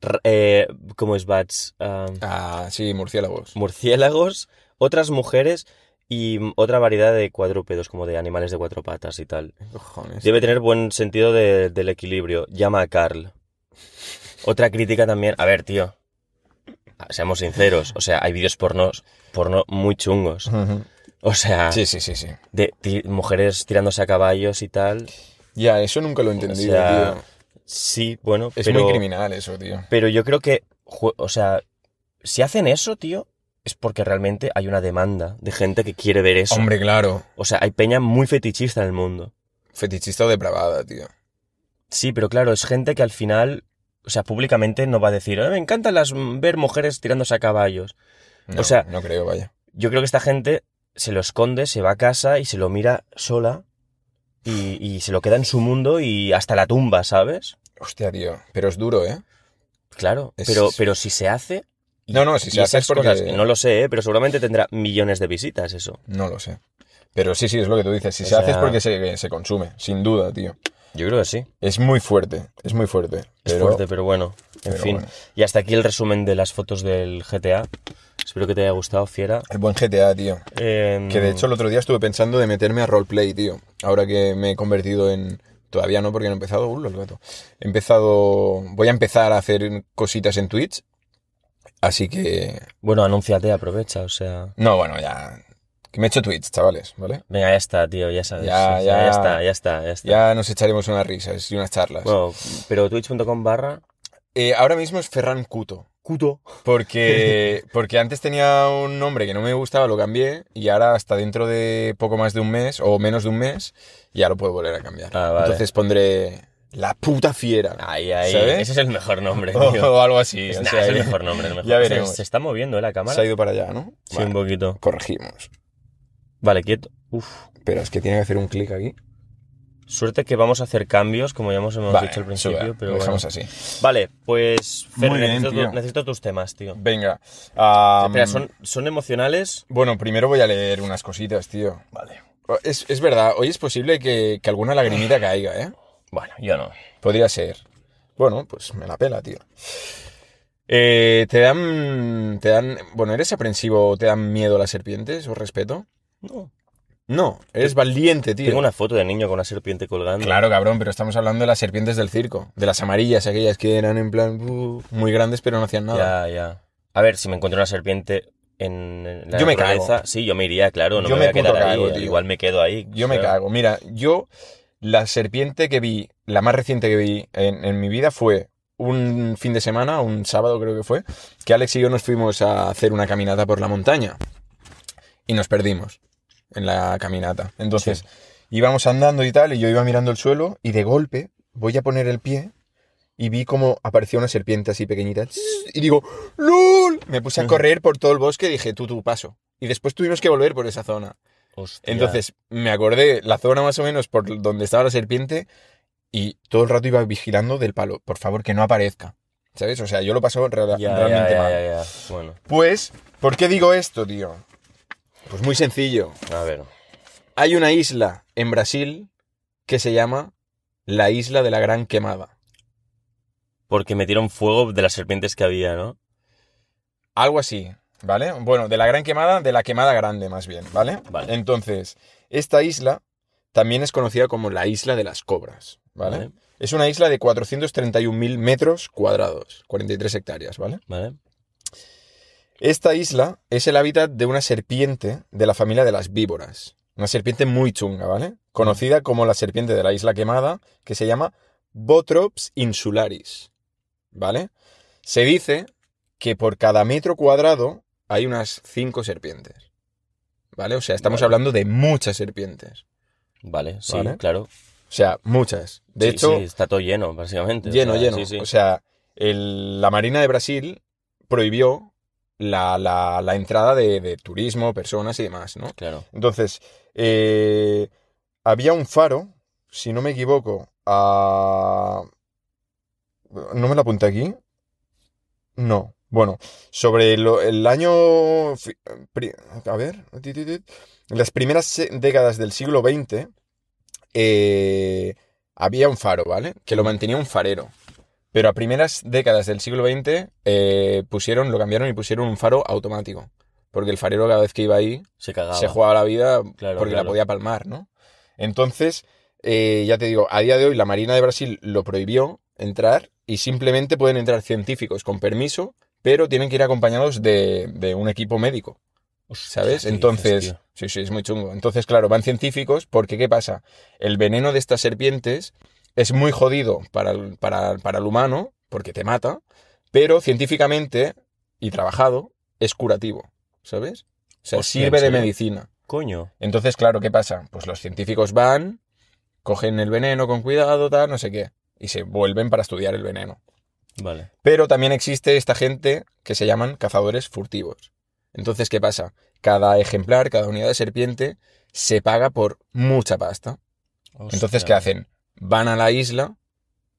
Speaker 1: r- eh, ¿cómo es Bats? Ah,
Speaker 2: Ah, sí, murciélagos.
Speaker 1: murciélagos, otras mujeres y mm, otra variedad de cuadrúpedos, como de animales de cuatro patas y tal.
Speaker 2: ¿Qué cojones?
Speaker 1: Debe tener buen sentido de- del equilibrio. Llama a Carl. Otra crítica también. A ver, tío. Ah, Seamos sinceros. O sea, hay vídeos pornos, porno muy chungos.
Speaker 2: Ujú.
Speaker 1: O sea,
Speaker 2: Sí, sí, sí, sí.
Speaker 1: de ti- mujeres tirándose a caballos y tal.
Speaker 2: Ya, eso nunca lo he entendido,
Speaker 1: O sea,
Speaker 2: tío.
Speaker 1: Sí, bueno,
Speaker 2: Es
Speaker 1: pero.
Speaker 2: muy criminal eso, tío.
Speaker 1: Pero yo creo que. ju- O sea, si hacen eso, tío, es porque realmente hay una demanda de gente que quiere ver eso.
Speaker 2: Hombre, claro.
Speaker 1: O sea, hay peña muy fetichista en el mundo.
Speaker 2: Fetichista o depravada, tío.
Speaker 1: Sí, pero claro, es gente que al final, o sea, públicamente no va a decir, "Ah, me encantan las ver mujeres tirándose a caballos.
Speaker 2: No,
Speaker 1: O sea-
Speaker 2: no creo, vaya.
Speaker 1: Yo creo que esta gente se lo esconde, se va a casa y se lo mira sola y, y se lo queda en su mundo y hasta la tumba, ¿sabes?
Speaker 2: Hostia, tío. Pero es duro, ¿eh?
Speaker 1: Claro,
Speaker 2: Es-
Speaker 1: pero, pero si se hace,
Speaker 2: No, no, si
Speaker 1: y
Speaker 2: se hace
Speaker 1: esas
Speaker 2: es porque...
Speaker 1: cosas, no lo sé, ¿eh? pero seguramente tendrá millones de visitas eso.
Speaker 2: No lo sé. Pero sí, sí, es lo que tú dices. Si
Speaker 1: O
Speaker 2: se hace es
Speaker 1: sea-
Speaker 2: porque se, se consume, sin duda, tío.
Speaker 1: Yo creo que sí.
Speaker 2: Es muy fuerte, es muy fuerte.
Speaker 1: Es
Speaker 2: pero-
Speaker 1: fuerte, pero bueno. En
Speaker 2: pero
Speaker 1: fin.
Speaker 2: bueno.
Speaker 1: Y hasta aquí el resumen de las fotos del GTA. Espero que te haya gustado, Fiera.
Speaker 2: El buen GTA, tío.
Speaker 1: Em,
Speaker 2: Que de hecho el otro día estuve pensando de meterme a roleplay, tío. Ahora que me he convertido en... Todavía no, porque no he empezado... Uh, el gato. He empezado... Voy a empezar a hacer cositas en Twitch. Así que...
Speaker 1: Bueno, anúnciate, aprovecha, o sea.
Speaker 2: No, bueno, ya... Que me he hecho Twitch, chavales, ¿vale?
Speaker 1: Venga, ya está, tío, ya sabes.
Speaker 2: Ya,
Speaker 1: o sea, ya
Speaker 2: ya.
Speaker 1: está, ya está, ya está.
Speaker 2: Ya nos echaremos unas risas y unas charlas.
Speaker 1: Bueno, pero twitch.com barra
Speaker 2: Eh, ahora mismo es Ferran Cuto.
Speaker 1: cuto.
Speaker 2: Porque, porque antes tenía un nombre que no me gustaba, lo cambié y ahora hasta dentro de poco más de un mes o menos de un mes ya lo puedo volver a cambiar.
Speaker 1: Ah, vale.
Speaker 2: Entonces pondré la puta fiera
Speaker 1: Ahí, ahí.
Speaker 2: ¿Sabes? Oh,
Speaker 1: Ese es el mejor nombre,
Speaker 2: o,
Speaker 1: tío.
Speaker 2: o algo así.
Speaker 1: Es,
Speaker 2: o
Speaker 1: nah,
Speaker 2: sea,
Speaker 1: es el
Speaker 2: que-
Speaker 1: mejor nombre, el mejor.
Speaker 2: ya
Speaker 1: Se-
Speaker 2: veremos.
Speaker 1: Se, está moviendo, ¿eh? La cámara.
Speaker 2: Se ha ido para allá, ¿no?
Speaker 1: Sí,
Speaker 2: Vale,
Speaker 1: un poquito.
Speaker 2: corregimos.
Speaker 1: Vale, quieto. Uf.
Speaker 2: Pero es que tiene que hacer un clic aquí.
Speaker 1: Suerte que vamos a hacer cambios, como ya hemos, hemos
Speaker 2: Vale,
Speaker 1: dicho al
Speaker 2: eso va,
Speaker 1: principio, pero
Speaker 2: lo
Speaker 1: bueno.
Speaker 2: dejamos así.
Speaker 1: Vale, pues Fer,
Speaker 2: Muy bien,
Speaker 1: necesito, tu-
Speaker 2: tío. Um,
Speaker 1: necesito tus temas, tío.
Speaker 2: Venga. ah,
Speaker 1: Espera, ¿son, ¿son emocionales?
Speaker 2: Bueno, primero voy a leer unas cositas, tío.
Speaker 1: Vale.
Speaker 2: Es, es verdad, hoy es posible que, que alguna lagrimita caiga, ¿eh?
Speaker 1: Bueno, yo no.
Speaker 2: Podría ser. Bueno, pues me la pela, tío. Eh, ¿Te dan. te dan. Bueno, ¿eres aprensivo o te dan miedo las serpientes o respeto?
Speaker 1: No.
Speaker 2: No, eres valiente, tío.
Speaker 1: Tengo una foto de niño con una serpiente colgando.
Speaker 2: Claro, cabrón, pero estamos hablando de las serpientes del circo. De las amarillas, aquellas que eran en plan. uh, muy grandes, pero no hacían nada.
Speaker 1: Ya, ya. A ver, si me encuentro una serpiente en en la
Speaker 2: Yo me
Speaker 1: naturaleza,
Speaker 2: cago.
Speaker 1: sí, yo me iría, claro, no
Speaker 2: Yo
Speaker 1: me voy
Speaker 2: me
Speaker 1: a quedar
Speaker 2: puto
Speaker 1: ahí, eh,
Speaker 2: cago, tío.
Speaker 1: igual me quedo ahí.
Speaker 2: Yo me
Speaker 1: claro.
Speaker 2: cago. Mira, yo. La serpiente que vi, la más reciente que vi en, en mi vida fue un fin de semana, un sábado creo que fue, que Alex y yo nos fuimos a hacer una caminata por la montaña. Y nos perdimos en la caminata. Entonces,
Speaker 1: Sí.
Speaker 2: íbamos andando y tal, y yo iba mirando el suelo, y de golpe voy a poner el pie y vi como aparecía una serpiente así pequeñita. Y digo, ¡Lul! Me puse a correr por todo el bosque y dije, tú, tú, paso. Y después tuvimos que volver por esa zona.
Speaker 1: Hostia.
Speaker 2: Entonces me acordé la zona más o menos por donde estaba la serpiente y todo el rato iba vigilando del palo, por favor que no aparezca. ¿Sabes? O sea, yo lo paso reala-
Speaker 1: Ya,
Speaker 2: realmente
Speaker 1: ya, ya,
Speaker 2: mal.
Speaker 1: ya, ya. Bueno,
Speaker 2: Pues, ¿por qué digo esto, tío? Pues muy sencillo.
Speaker 1: a ver.
Speaker 2: Hay una isla en Brasil que se llama la isla de la gran quemada.
Speaker 1: Porque metieron fuego de las serpientes que había, ¿no?
Speaker 2: Algo así, ¿vale? Bueno, de la gran quemada, de la quemada grande más bien, ¿vale?
Speaker 1: Vale.
Speaker 2: Entonces, esta isla también es conocida como la isla de las cobras, ¿vale?
Speaker 1: Vale.
Speaker 2: Es una isla de 431.000 metros cuadrados, 43 hectáreas, ¿vale?
Speaker 1: Vale.
Speaker 2: Esta isla es el hábitat de una serpiente de la familia de las víboras. Una serpiente muy chunga, ¿vale? Conocida como la serpiente de la isla quemada, que se llama Botrops insularis, ¿vale? Se dice que por cada metro cuadrado hay unas 5 serpientes, ¿vale? O sea, estamos
Speaker 1: Vale.
Speaker 2: hablando de muchas serpientes.
Speaker 1: Vale, sí,
Speaker 2: Vale.
Speaker 1: claro.
Speaker 2: O sea, muchas. De
Speaker 1: Sí,
Speaker 2: hecho,
Speaker 1: sí, está todo lleno, básicamente. o
Speaker 2: Lleno,
Speaker 1: sea,
Speaker 2: lleno.
Speaker 1: sí, sí.
Speaker 2: O sea, el- la Marina de Brasil prohibió la, la- la entrada de, de turismo, personas y demás, ¿no?
Speaker 1: claro.
Speaker 2: Entonces, eh, había un faro, si no me equivoco, a... ¿No me lo apunté aquí? No. Bueno, sobre lo- el año... fi- pri- A ver... ti, ti, ti. En las primeras se- décadas del siglo XX eh, había un faro, ¿vale? Que lo mantenía un farero. Pero a primeras décadas del siglo XX eh, pusieron, lo cambiaron y pusieron un faro automático. Porque el farero cada vez que iba ahí
Speaker 1: Se cagaba.
Speaker 2: se jugaba la vida
Speaker 1: Claro,
Speaker 2: porque
Speaker 1: claro.
Speaker 2: la podía palmar, ¿no? Entonces, eh, ya te digo, a día de hoy la Marina de Brasil lo prohibió entrar y simplemente pueden entrar científicos con permiso, pero tienen que ir acompañados de, de un equipo médico,
Speaker 1: Hostia,
Speaker 2: ¿sabes?
Speaker 1: ¿qué dices,
Speaker 2: Entonces,
Speaker 1: tío?
Speaker 2: sí, sí, es muy chungo. Entonces, claro, van científicos porque, ¿qué pasa? El veneno de estas serpientes es muy jodido para el, para- para el humano porque te mata, pero científicamente y trabajado es curativo, ¿sabes? O sea,
Speaker 1: Hostia, ¿en
Speaker 2: sirve de
Speaker 1: serio?
Speaker 2: medicina.
Speaker 1: Coño.
Speaker 2: Entonces, claro, ¿qué pasa? Pues los científicos van, cogen el veneno con cuidado, tal, no sé qué, y se vuelven para estudiar el veneno.
Speaker 1: Vale.
Speaker 2: Pero también existe esta gente que se llaman cazadores furtivos. Entonces, ¿qué pasa? Cada ejemplar, cada unidad de serpiente se paga por mucha pasta. Entonces, ¿qué
Speaker 1: Hostia.
Speaker 2: hacen? Van a la isla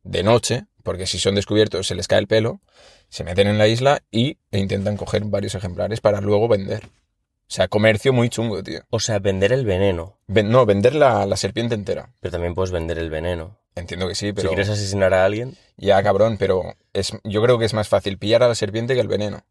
Speaker 2: de noche, porque si son descubiertos se les cae el pelo, se meten en la isla y e intentan coger varios ejemplares para luego vender. O sea, comercio muy chungo, tío.
Speaker 1: O sea, vender el veneno.
Speaker 2: Ven- no, vender la, la serpiente entera.
Speaker 1: Pero también puedes vender el veneno.
Speaker 2: Entiendo que sí, pero.
Speaker 1: Si quieres asesinar a alguien,
Speaker 2: Ya, cabrón, pero es, yo creo que es más fácil pillar a la serpiente que el veneno.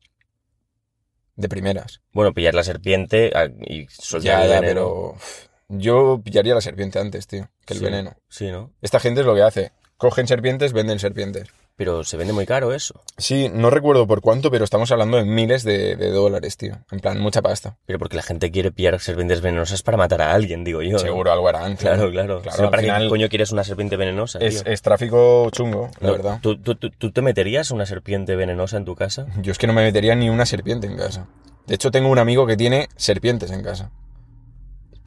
Speaker 2: De primeras.
Speaker 1: bueno, pillar la serpiente ah, y soltar
Speaker 2: Ya,
Speaker 1: el
Speaker 2: ya,
Speaker 1: veneno.
Speaker 2: pero. uf, Yo pillaría a la serpiente antes, tío, que el
Speaker 1: Sí,
Speaker 2: veneno.
Speaker 1: Sí, ¿no?
Speaker 2: Esta gente es lo que hace. Cogen serpientes, venden serpientes.
Speaker 1: Pero se vende muy caro eso.
Speaker 2: Sí, no recuerdo por cuánto, pero estamos hablando de miles de, de dólares, tío. En plan, mucha pasta.
Speaker 1: Pero porque la gente quiere pillar serpientes venenosas para matar a alguien, digo yo. ¿no?
Speaker 2: Seguro algo harán. tío.
Speaker 1: Claro, claro.
Speaker 2: Claro,
Speaker 1: Si no,
Speaker 2: al
Speaker 1: ¿Para qué
Speaker 2: final
Speaker 1: coño quieres una serpiente venenosa?
Speaker 2: es,
Speaker 1: tío?
Speaker 2: es tráfico chungo, la
Speaker 1: No,
Speaker 2: verdad.
Speaker 1: ¿tú, tú, tú- tú te meterías una serpiente venenosa en tu casa?
Speaker 2: Yo es que no me metería ni una serpiente en casa. De hecho, tengo un amigo que tiene serpientes en casa.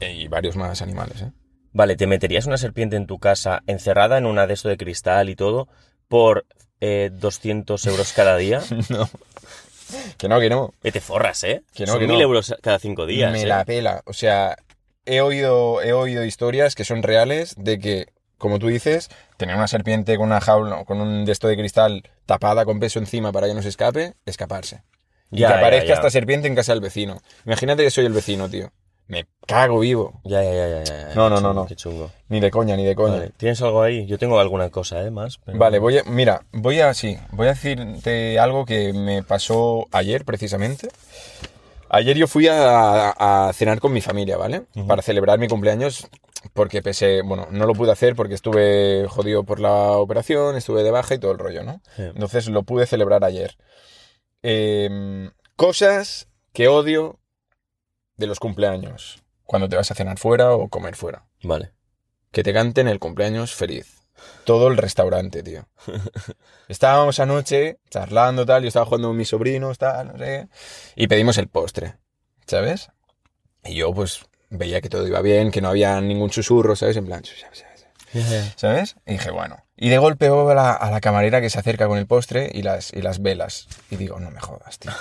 Speaker 2: Y varios más animales, ¿eh?
Speaker 1: Vale, ¿te meterías una serpiente en tu casa encerrada en una de esto de cristal y todo por eh, 200 euros cada día?
Speaker 2: No. Que no, que no.
Speaker 1: Eh, te forras, ¿eh?
Speaker 2: Que no,
Speaker 1: Son
Speaker 2: que no.
Speaker 1: 1000 euros cada cinco días.
Speaker 2: me
Speaker 1: ¿eh?
Speaker 2: la pela. O sea, he oído, he oído historias que son reales de que, como tú dices, tener una serpiente con una jaula, con un desto de cristal tapada con peso encima para que no se escape, escaparse. Y
Speaker 1: Ya,
Speaker 2: que
Speaker 1: ya,
Speaker 2: aparezca
Speaker 1: ya.
Speaker 2: esta serpiente en casa del vecino. Imagínate que soy el vecino, tío. Me cago vivo.
Speaker 1: Ya, ya, ya, ya, ya, ya.
Speaker 2: No, no,
Speaker 1: Qué
Speaker 2: no,
Speaker 1: chungo,
Speaker 2: no.
Speaker 1: Qué chungo.
Speaker 2: Ni de coña, ni de coña.
Speaker 1: Vale, ¿Tienes algo ahí? Yo tengo alguna cosa, ¿eh? Más. pero-
Speaker 2: Vale, voy a, mira, voy a, sí, voy a decirte algo que me pasó ayer precisamente. Ayer yo fui a, a cenar con mi familia, ¿vale?
Speaker 1: Ujú.
Speaker 2: Para celebrar mi cumpleaños, porque pese, bueno, no lo pude hacer porque estuve jodido por la operación, estuve de baja y todo el rollo, ¿no?
Speaker 1: Sí.
Speaker 2: Entonces lo pude celebrar ayer. Em, cosas que odio de los cumpleaños, cuando te vas a cenar fuera o comer fuera.
Speaker 1: Vale.
Speaker 2: Que te canten el cumpleaños feliz. Todo el restaurante, tío. Estábamos anoche charlando, tal, yo estaba jugando con mis sobrinos, tal, no sé. Y pedimos el postre, ¿sabes? Y yo, pues, veía que todo iba bien, que no había ningún susurro, ¿sabes? En plan, ¿sabes? ¿sabes? ¿Sabes? Y dije, bueno. Y de golpe veo a la, a la camarera que se acerca con el postre y las, y las velas. Y digo, no me jodas, tío.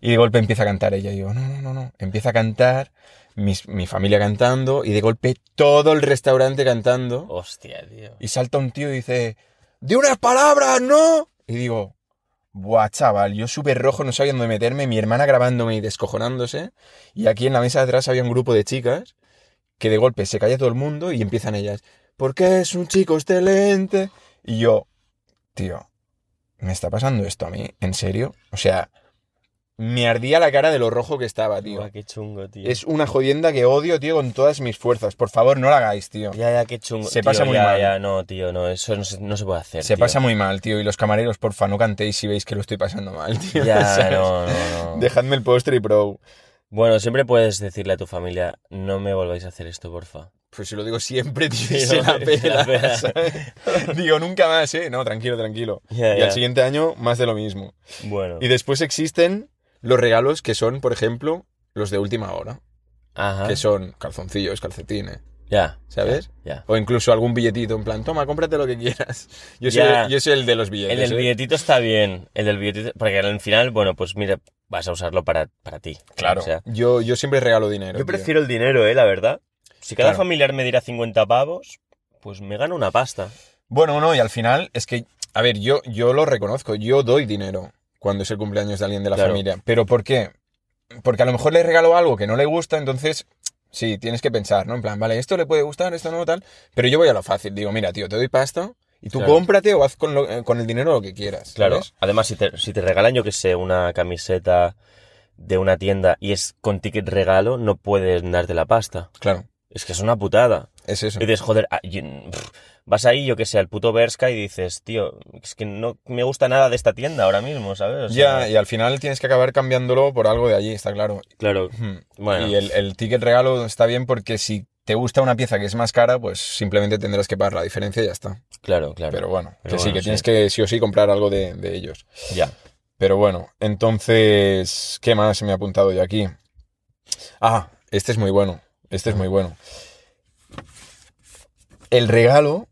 Speaker 2: Y de golpe empieza a cantar ella. Y yo, no, no, no, no. Empieza a cantar, mis- mi familia cantando, y de golpe todo el restaurante cantando.
Speaker 1: Hostia, tío.
Speaker 2: Y salta un tío y dice, ¡Di unas palabras, no! Y digo, buah, chaval, yo súper rojo, no sabía dónde meterme, mi hermana grabándome y descojonándose. Y aquí en la mesa de atrás había un grupo de chicas que de golpe se calla todo el mundo y empiezan ellas, porque es un chico excelente. Y yo, tío, ¿me está pasando esto a mí? ¿En serio? O sea, me ardía la cara de lo rojo que estaba, tío.
Speaker 1: Buah, qué chungo, tío.
Speaker 2: Es una jodienda que odio, tío, con todas mis fuerzas. Por favor, no la hagáis, tío.
Speaker 1: Ya, ya, qué chungo.
Speaker 2: Se
Speaker 1: tío,
Speaker 2: pasa muy
Speaker 1: ya,
Speaker 2: mal.
Speaker 1: Ya, no, tío, no, eso no se, no se puede hacer.
Speaker 2: Se
Speaker 1: tío.
Speaker 2: pasa muy mal, tío. Y los camareros, porfa, no cantéis si veis que lo estoy pasando mal, tío.
Speaker 1: Ya,
Speaker 2: ¿sabes?
Speaker 1: no, no, no.
Speaker 2: Dejadme el postre y bro.
Speaker 1: Bueno, siempre puedes decirle a tu familia, no me volváis a hacer esto, porfa.
Speaker 2: Pues se lo digo siempre, tío.
Speaker 1: Sí,
Speaker 2: y se
Speaker 1: no,
Speaker 2: la
Speaker 1: se
Speaker 2: pela.
Speaker 1: la pela.
Speaker 2: ¿sabes? digo, nunca más, ¿eh? No, tranquilo, tranquilo.
Speaker 1: Ya,
Speaker 2: y
Speaker 1: ya.
Speaker 2: al siguiente año, más de lo mismo.
Speaker 1: Bueno.
Speaker 2: Y después existen los regalos que son, por ejemplo, los de última hora.
Speaker 1: Ajá.
Speaker 2: Que son calzoncillos, calcetines,
Speaker 1: Ya.
Speaker 2: ¿sabes?
Speaker 1: Ah. Ya.
Speaker 2: O incluso algún billetito, en plan, toma, cómprate lo que quieras. Yo soy,
Speaker 1: Ya.
Speaker 2: yo soy el de los
Speaker 1: El
Speaker 2: billetes.
Speaker 1: del
Speaker 2: ¿eh?
Speaker 1: billetito está bien. El del billetito. Porque al final, bueno, pues mira, vas a usarlo para, para ti.
Speaker 2: Claro.
Speaker 1: O sea,
Speaker 2: yo, yo siempre regalo dinero.
Speaker 1: yo
Speaker 2: tío.
Speaker 1: prefiero el dinero, eh, la verdad. Si cada
Speaker 2: Claro.
Speaker 1: familiar me diera 50 pavos, pues me gano una pasta.
Speaker 2: Bueno, no, y al final es que, a ver, yo, yo lo reconozco, yo doy dinero cuando es el cumpleaños de alguien de la
Speaker 1: Claro.
Speaker 2: familia. ¿Pero por qué? Porque a lo mejor le regalo algo que no le gusta, entonces sí, tienes que pensar, ¿no? En plan, vale, esto le puede gustar, esto no, tal. Pero yo voy a lo fácil, digo, mira, tío, te doy pasta y tú
Speaker 1: Claro.
Speaker 2: cómprate o haz con, lo- eh, con el dinero lo que quieras.
Speaker 1: Claro.
Speaker 2: ¿sabes?
Speaker 1: Además, si te, si te regalan, yo que sé, una camiseta de una tienda y es con ticket regalo, no pueden darte la pasta.
Speaker 2: Claro,
Speaker 1: Es que es una putada.
Speaker 2: es eso.
Speaker 1: Y dices, joder, ah, y- pff, vas ahí, yo que sé, al puto Berska y dices, tío, es que no me gusta nada de esta tienda ahora mismo, ¿sabes? O sea,
Speaker 2: Ya, y al final tienes que acabar cambiándolo por algo de allí, está claro.
Speaker 1: Claro.
Speaker 2: Hmm.
Speaker 1: Bueno.
Speaker 2: Y el, el ticket regalo está bien porque si te gusta una pieza que es más cara, pues simplemente tendrás que pagar la diferencia y ya está.
Speaker 1: Claro, claro.
Speaker 2: Pero bueno,
Speaker 1: Pero
Speaker 2: que sí,
Speaker 1: bueno,
Speaker 2: que
Speaker 1: sí.
Speaker 2: tienes que sí o sí comprar algo de, de ellos.
Speaker 1: Ya.
Speaker 2: Pero bueno, entonces, ¿qué más me ha apuntado yo aquí? Ah, este es muy bueno. Este es muy bueno. El regalo,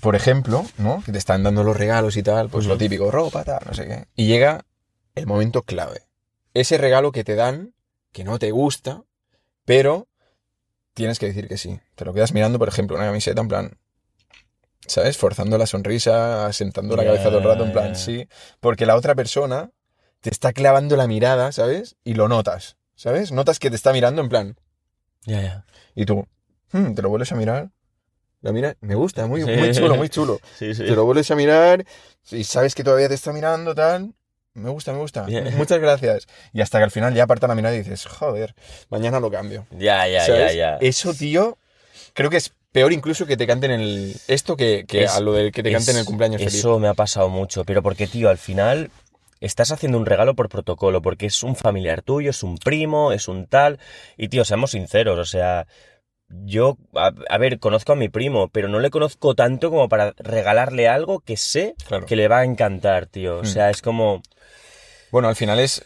Speaker 2: por ejemplo, ¿no? Que te están dando los regalos y tal, pues lo
Speaker 1: Ujú.
Speaker 2: típico, ropa, tal, no sé qué. Y llega el momento clave. Ese regalo que te dan, que no te gusta, pero tienes que decir que sí. Te lo quedas mirando, por ejemplo, una camiseta en plan, ¿sabes? Forzando la sonrisa, asentando la
Speaker 1: Ya,
Speaker 2: cabeza todo el rato en plan,
Speaker 1: ya.
Speaker 2: sí. Porque la otra persona te está clavando la mirada, ¿sabes? Y lo notas, ¿sabes? Notas que te está mirando en plan,
Speaker 1: Ya, ya.
Speaker 2: y tú, hmm, te lo vuelves a mirar, la mira, me gusta, muy,
Speaker 1: Sí.
Speaker 2: muy chulo, muy chulo.
Speaker 1: Sí, sí.
Speaker 2: Te lo vuelves a mirar y sabes que todavía te está mirando, tal. Me gusta, me gusta.
Speaker 1: Bien.
Speaker 2: Muchas gracias. Y hasta que al final ya aparta la mirada y dices, joder, mañana lo cambio.
Speaker 1: Ya, ya,
Speaker 2: ¿Sabes?
Speaker 1: ya, ya.
Speaker 2: Eso, tío, creo que es peor incluso que te canten el esto que, que
Speaker 1: Es-
Speaker 2: a lo del que te canten
Speaker 1: Es-
Speaker 2: el cumpleaños feliz.
Speaker 1: Eso me ha pasado mucho, pero porque, tío, al final estás haciendo un regalo por protocolo, porque es un familiar tuyo, es un primo, es un tal. Y, tío, seamos sinceros, o sea, yo, a, a ver, conozco a mi primo, pero no le conozco tanto como para regalarle algo que sé
Speaker 2: Claro.
Speaker 1: que le va a encantar, tío. O
Speaker 2: Mm.
Speaker 1: sea, es como...
Speaker 2: Bueno, al final es.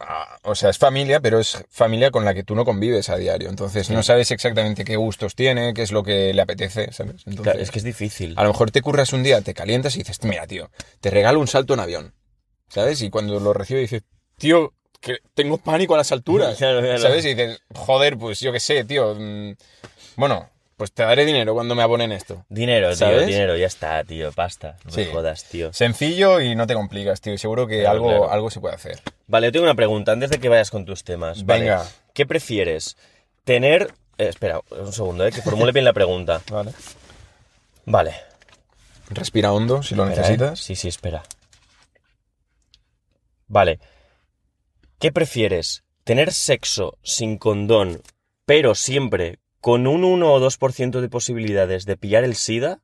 Speaker 2: ah, O sea, es familia, pero es familia con la que tú no convives a diario. Entonces no sabes exactamente qué gustos tiene, qué es lo que le apetece, ¿sabes? Entonces,
Speaker 1: claro, es que es difícil.
Speaker 2: A lo mejor te curras un día, te calientas y dices, mira, tío, te regalo un salto en avión. ¿Sabes? Y cuando lo recibes dices, tío, que tengo pánico a las alturas.
Speaker 1: Claro, claro.
Speaker 2: ¿Sabes? Y dices, joder, pues yo qué sé, tío. mm, Bueno, pues te daré dinero cuando me abonen esto.
Speaker 1: Dinero, tío,
Speaker 2: ¿Sabes?
Speaker 1: dinero, ya está, tío, pasta. No me
Speaker 2: Sí.
Speaker 1: jodas, tío.
Speaker 2: Sencillo y no te complicas, tío. y Seguro que
Speaker 1: Claro,
Speaker 2: algo,
Speaker 1: claro.
Speaker 2: algo se puede hacer.
Speaker 1: Vale, yo tengo una pregunta antes de que vayas con tus temas. Vale.
Speaker 2: Venga.
Speaker 1: ¿Qué prefieres? Tener. eh, espera, un segundo, eh, que formule bien la pregunta.
Speaker 2: Vale.
Speaker 1: Vale.
Speaker 2: Respira hondo si lo
Speaker 1: Espera, eh.
Speaker 2: necesitas.
Speaker 1: Sí, sí, espera. Vale. ¿Qué prefieres? ¿Tener sexo sin condón, pero siempre con un 1 o 2% de posibilidades de pillar el SIDA?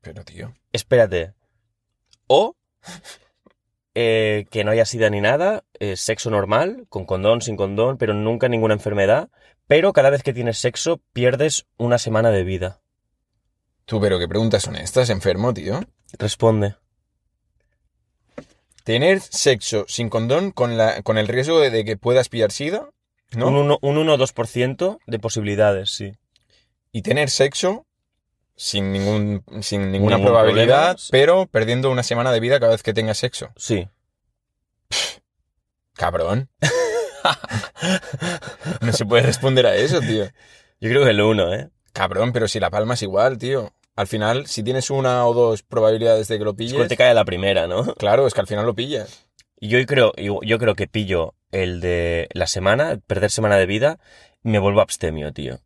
Speaker 2: Pero, tío.
Speaker 1: Espérate. O eh, que no haya sida ni nada, eh, sexo normal, con condón, sin condón, pero nunca ninguna enfermedad. Pero cada vez que tienes sexo pierdes una semana de vida.
Speaker 2: Tú, pero qué preguntas son estas, enfermo, tío.
Speaker 1: Responde.
Speaker 2: Tener sexo sin condón con, la, con el riesgo de, de que puedas pillar sida, ¿no?
Speaker 1: Un 1 un 1 o 2% de posibilidades, sí.
Speaker 2: y tener sexo sin, ningún, sin ninguna
Speaker 1: Ningún
Speaker 2: probabilidad,
Speaker 1: problema.
Speaker 2: pero perdiendo una semana de vida cada vez que tengas sexo.
Speaker 1: Sí.
Speaker 2: Cabrón. no se puede responder a eso, tío.
Speaker 1: Yo creo que el 1, ¿eh?
Speaker 2: Cabrón, pero si la palma es igual, tío. Al final, si tienes una o dos probabilidades de que lo
Speaker 1: Es cuando
Speaker 2: pilles,
Speaker 1: te cae la primera, ¿no?
Speaker 2: claro, es que al final lo pillas.
Speaker 1: Y Yo creo, yo, yo creo que pillo el de la semana, perder semana de vida, y me vuelvo abstemio, tío.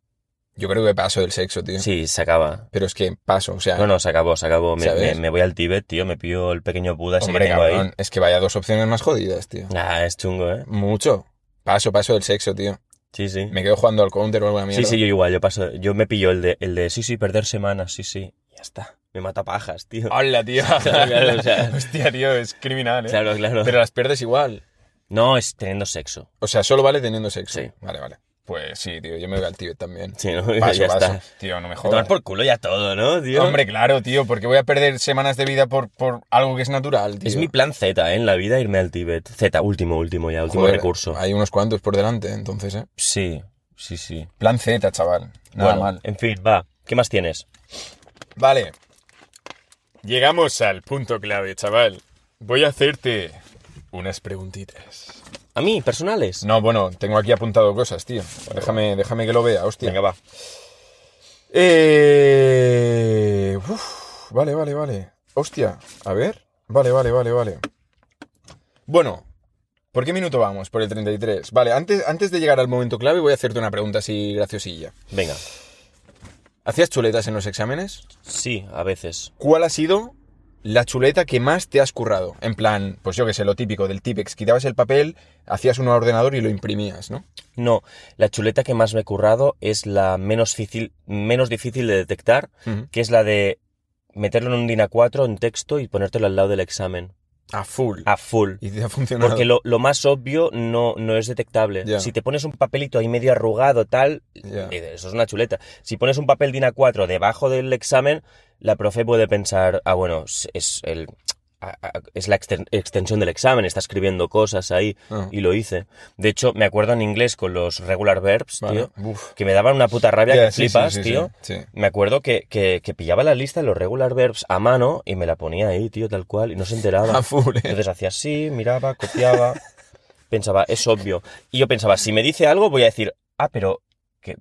Speaker 2: Yo creo que paso del sexo, tío.
Speaker 1: Sí, se acaba.
Speaker 2: Pero es que paso, o sea,
Speaker 1: No, no, Ah. se acabó, se acabó. Me,
Speaker 2: ¿Sabes?
Speaker 1: me- me voy al Tíbet, tío, me pillo el pequeño Buda ese
Speaker 2: hombre,
Speaker 1: que tengo ahí.
Speaker 2: cabrón, es que vaya dos opciones más jodidas, tío.
Speaker 1: Ah, es chungo, ¿eh?
Speaker 2: Mucho. Paso, paso del sexo, tío.
Speaker 1: Sí, sí.
Speaker 2: Me quedo jugando al counter o alguna mierda.
Speaker 1: Sí, sí, yo igual, yo paso, yo me pillo el de, el de sí, sí, perder semanas, sí, sí. Ya está. Me mata pajas, tío.
Speaker 2: ¡Hala, tío!
Speaker 1: Claro, o sea.
Speaker 2: Hostia, tío, es criminal, Ah, ¿eh?
Speaker 1: Claro, claro.
Speaker 2: Pero las pierdes igual.
Speaker 1: No, es teniendo sexo.
Speaker 2: O sea, solo vale teniendo sexo.
Speaker 1: Sí.
Speaker 2: Vale, vale. Pues sí, tío, yo me voy al Tíbet también.
Speaker 1: Sí, ¿no?
Speaker 2: Paso,
Speaker 1: ya
Speaker 2: paso.
Speaker 1: está.
Speaker 2: Tío, no me
Speaker 1: A tomar
Speaker 2: jodas.
Speaker 1: por culo ya todo, ¿no, tío?
Speaker 2: Hombre, claro, tío, porque voy a perder semanas de vida por, por algo que es natural, tío.
Speaker 1: es mi plan Z, ¿eh? En la vida irme al Tíbet. Z, último, último ya, último
Speaker 2: Joder,
Speaker 1: recurso.
Speaker 2: Hay unos cuantos por delante, entonces, ¿eh?
Speaker 1: Sí, sí, sí.
Speaker 2: Plan Z, chaval. Nada
Speaker 1: bueno,
Speaker 2: mal.
Speaker 1: en fin, va. ¿Qué más tienes?
Speaker 2: Vale. Llegamos al punto clave, chaval. Voy a hacerte unas preguntitas.
Speaker 1: A mí, personales.
Speaker 2: No, bueno, tengo aquí apuntado cosas, tío. Déjame, déjame que lo vea, hostia.
Speaker 1: Venga, va.
Speaker 2: Eh... uf, vale, vale, vale. Hostia, a ver. Vale, vale, vale, vale. Bueno, ¿por qué minuto vamos? Por el 33. Vale, antes, antes de llegar al momento clave voy a hacerte una pregunta así graciosilla.
Speaker 1: Venga.
Speaker 2: ¿Hacías chuletas en los exámenes?
Speaker 1: Sí, a veces.
Speaker 2: ¿Cuál ha sido la chuleta que más te has currado? En plan, pues yo qué sé, lo típico del Tipex. Quitabas el papel, hacías un ordenador y lo imprimías, ¿no?
Speaker 1: No, la chuleta que más me he currado es la menos difícil, menos difícil de detectar,
Speaker 2: Ujú.
Speaker 1: que es la de meterlo en un DIN A4 en texto y ponértelo al lado del examen,
Speaker 2: A full.
Speaker 1: a full.
Speaker 2: Y te ha funcionado.
Speaker 1: Porque lo, lo más obvio no, no es detectable.
Speaker 2: Ya.
Speaker 1: Si te pones un papelito ahí medio arrugado, tal,
Speaker 2: Ya.
Speaker 1: eh, eso es una chuleta. Si pones un papel DIN A4 debajo del examen, la profe puede pensar, ah, bueno, es, es el, a- a- es la exten- extensión del examen, está escribiendo cosas ahí,
Speaker 2: Ah.
Speaker 1: y lo hice. De hecho, me acuerdo en inglés con los regular verbs,
Speaker 2: Vale.
Speaker 1: tío,
Speaker 2: Uf.
Speaker 1: que me daban una puta rabia
Speaker 2: Ya,
Speaker 1: que
Speaker 2: sí, sí,
Speaker 1: flipas,
Speaker 2: sí, sí,
Speaker 1: tío.
Speaker 2: sí.
Speaker 1: Me acuerdo que, que, que pillaba la lista de los regular verbs a mano y me la ponía ahí, tío, tal cual, y no se enteraba.
Speaker 2: A full, eh.
Speaker 1: Entonces hacía así, miraba, copiaba, pensaba, es obvio. Y yo pensaba, si me dice algo, voy a decir, ah, pero que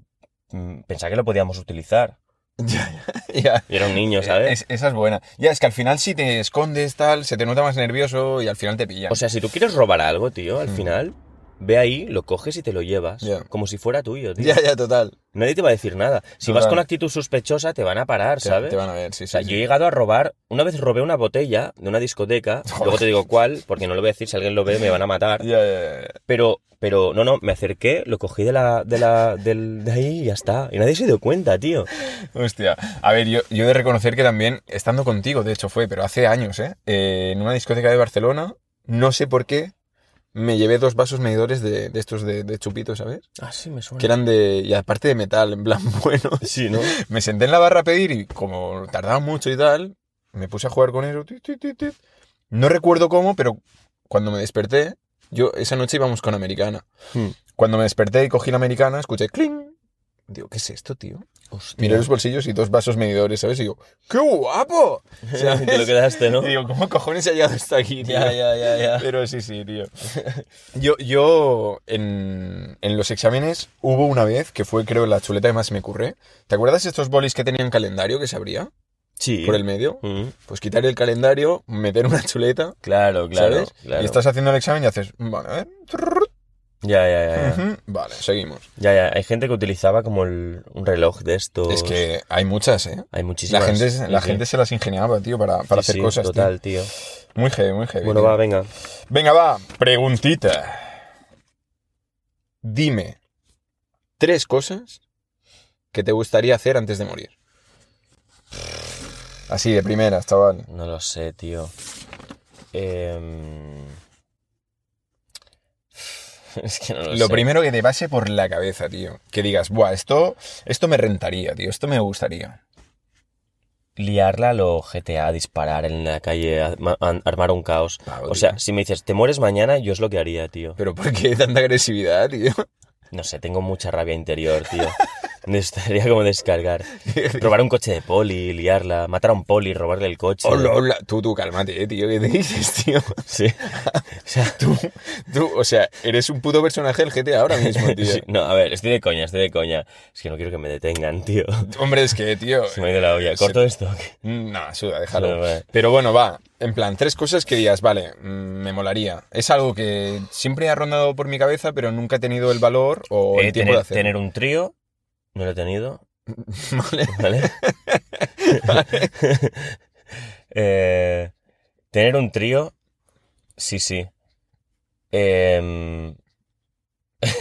Speaker 1: mm, pensaba que lo podíamos utilizar.
Speaker 2: Ya, ya.
Speaker 1: Y era un niño, ¿sabes?
Speaker 2: Eh, Es- esa es buena. Ya, es que al final si te
Speaker 1: Pues
Speaker 2: escondes, tal, se te nota más nervioso y al final te pillan.
Speaker 1: O sea, si tú quieres robar algo, tío, al final, Ve ahí, lo coges y te lo llevas.
Speaker 2: Mm. Ya.
Speaker 1: Como si fuera tuyo, tío.
Speaker 2: Ya, ya, total.
Speaker 1: Nadie te va a decir nada. Si vas
Speaker 2: Total.
Speaker 1: con actitud sospechosa, te van a parar,
Speaker 2: Te-
Speaker 1: ¿sabes?
Speaker 2: Te van a ver, sí,
Speaker 1: O
Speaker 2: sí.
Speaker 1: sea,
Speaker 2: sí.
Speaker 1: yo he llegado a robar, una vez robé una botella de una discoteca, luego te digo cuál, porque no lo voy a decir, si alguien lo ve me van a matar,
Speaker 2: Ya, ya, ya, ya.
Speaker 1: pero, pero no, no, me acerqué, lo cogí de la, de la, del, de ahí y ya está, y nadie se dio cuenta, tío.
Speaker 2: Hostia. A ver, yo, yo he de reconocer que también, estando contigo, de hecho fue, pero hace años, ¿eh? Eh, En una discoteca de Barcelona, no sé por qué, me llevé dos vasos medidores de, de estos de, de chupitos, ¿sabes?
Speaker 1: Ah, sí, me suena.
Speaker 2: Que eran de... Y aparte de metal, en plan, bueno.
Speaker 1: Sí, ¿no?
Speaker 2: Me senté en la barra a pedir y como tardaba mucho y tal, me puse a jugar con eso. tit, tit, tit, tit. No recuerdo cómo, pero cuando me desperté, yo esa noche íbamos con americana.
Speaker 1: Hmm.
Speaker 2: Cuando me desperté y cogí la americana, escuché cling. Digo, ¿qué es esto, tío?
Speaker 1: Hostia.
Speaker 2: Miré los bolsillos y dos vasos medidores, ¿sabes? Y digo, ¡qué guapo! ¿Sabes?
Speaker 1: Te lo quedaste, ¿no?
Speaker 2: Y digo, ¿cómo cojones he llegado hasta aquí, tío?
Speaker 1: Ya, ya, ya, ya.
Speaker 2: Pero sí, sí, tío. Yo, yo en, en los exámenes hubo una vez que fue, creo, la chuleta que más me curré. ¿Te acuerdas estos bolis que tenían calendario que se abría
Speaker 1: Sí.
Speaker 2: por el medio?
Speaker 1: Mm,
Speaker 2: Pues quitar el calendario, meter una chuleta,
Speaker 1: Claro, claro,
Speaker 2: ¿sabes?
Speaker 1: claro.
Speaker 2: Y estás haciendo el examen y haces, vale, a ver. trrr,
Speaker 1: Ya, ya, ya, ya.
Speaker 2: ujú, Vale, seguimos.
Speaker 1: Ya, ya. Hay gente que utilizaba como el- un reloj de estos.
Speaker 2: Es que hay muchas, ¿eh?
Speaker 1: Hay
Speaker 2: La
Speaker 1: muchísimas.
Speaker 2: gente, la
Speaker 1: Sí,
Speaker 2: gente
Speaker 1: sí.
Speaker 2: se las ingeniaba, tío, para, para
Speaker 1: Sí,
Speaker 2: hacer
Speaker 1: sí,
Speaker 2: cosas. tío.
Speaker 1: Total, tío.
Speaker 2: Muy heavy, muy heavy.
Speaker 1: Bueno,
Speaker 2: tío.
Speaker 1: va, venga.
Speaker 2: Venga, va, preguntita. Dime tres cosas que te gustaría hacer antes de morir. Así, de primeras, chaval.
Speaker 1: No lo sé, tío. Em, Es que no lo,
Speaker 2: Lo,
Speaker 1: sé.
Speaker 2: primero que te pase por la cabeza, tío. Que digas, buah, esto, esto me rentaría, tío. Esto me gustaría.
Speaker 1: Liarla a lo GTA, disparar en la calle, a- ma- a- armar un caos.
Speaker 2: Pavo,
Speaker 1: O
Speaker 2: tío.
Speaker 1: sea, si me dices, te mueres mañana, yo es lo que haría, tío.
Speaker 2: Pero ¿por qué tanta agresividad, tío?
Speaker 1: No sé, tengo mucha rabia interior, tío. Necesitaría como descargar. Robar un coche de poli, liarla, matar a un poli, robarle el coche.
Speaker 2: Hola, hola. Tú, tú, cálmate, eh, tío. ¿Qué te dices, tío?
Speaker 1: Sí. O sea, tú.
Speaker 2: Tú, o sea, eres un puto personaje del GTA ahora mismo, tío.
Speaker 1: No, a ver, estoy de coña, estoy de coña. Es que no quiero que me detengan, tío.
Speaker 2: Hombre, es que, tío.
Speaker 1: Se me ha ido la olla. ¿Corto esto? o qué?
Speaker 2: Mm, No, suda, déjalo.
Speaker 1: Suda, vale.
Speaker 2: Pero bueno, va. En plan, tres cosas que digas, vale, mm, me molaría. Es algo que siempre ha rondado por mi cabeza, pero nunca he tenido el valor o el
Speaker 1: Eh,
Speaker 2: tiempo
Speaker 1: tener,
Speaker 2: de hacer.
Speaker 1: tener un trío, no lo he tenido,
Speaker 2: Vale.
Speaker 1: ¿vale? Eh, tener un trío, sí, sí. Em,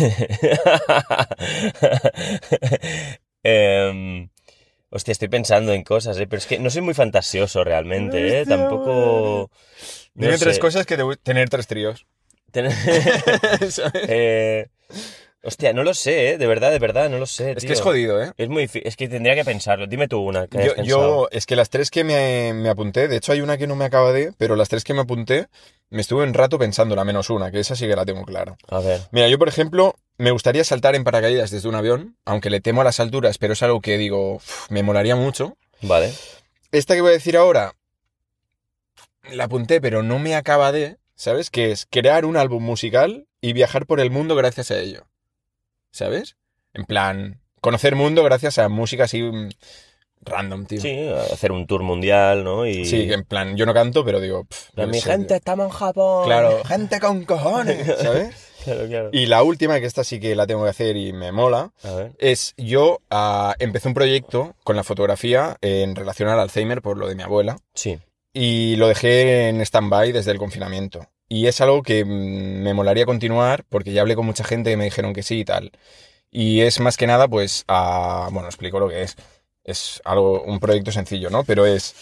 Speaker 1: em, Hostia, estoy pensando en cosas, ¿eh? pero es que no soy muy fantasioso realmente, ¿eh?
Speaker 2: Hostia,
Speaker 1: Tampoco... no
Speaker 2: Dime tres
Speaker 1: sé.
Speaker 2: cosas que te gu- Tener tres tríos.
Speaker 1: Tener-
Speaker 2: ¿Sabes?
Speaker 1: Eh, hostia, no lo sé, ¿eh? de verdad, de verdad, no lo sé.
Speaker 2: es que
Speaker 1: tío.
Speaker 2: es jodido, ¿eh?
Speaker 1: Es muy difí- es que tendría que pensarlo. Dime tú una que hayas
Speaker 2: Yo,
Speaker 1: pensado.
Speaker 2: yo- es que las tres que me, me apunté, de hecho hay una que no me acaba de, pero las tres que me apunté, me estuve un rato pensando, la menos una, que esa sí que la tengo clara.
Speaker 1: A ver.
Speaker 2: Mira, yo por ejemplo, me gustaría saltar en paracaídas desde un avión, aunque le temo a las alturas, pero es algo que digo, "Uf, me molaría mucho.
Speaker 1: Vale.
Speaker 2: Esta que voy a decir ahora, la apunté, pero no me acaba de, ¿sabes? Que es crear un álbum musical y viajar por el mundo gracias a ello. ¿Sabes? En plan, conocer mundo gracias a música así mm, random, tío.
Speaker 1: Sí, hacer un tour mundial, ¿no? Y...
Speaker 2: Sí, que en plan, yo no canto, pero digo... pff,
Speaker 1: La,
Speaker 2: yo
Speaker 1: mi
Speaker 2: qué sé, tío".
Speaker 1: gente, estamos en Japón.
Speaker 2: Claro, gente con cojones, ¿sabes?
Speaker 1: Claro, claro.
Speaker 2: Y la última, que esta sí que la tengo que hacer y me mola,
Speaker 1: A ver.
Speaker 2: es yo ah, empecé un proyecto con la fotografía en relación al Alzheimer por lo de mi abuela
Speaker 1: Sí.
Speaker 2: y lo dejé en stand-by desde el confinamiento. Y es algo que mm, me molaría continuar porque ya hablé con mucha gente que me dijeron que sí y tal. Y es más que nada, pues, ah, bueno, explico lo que es. Es algo, un proyecto sencillo, ¿no? Pero es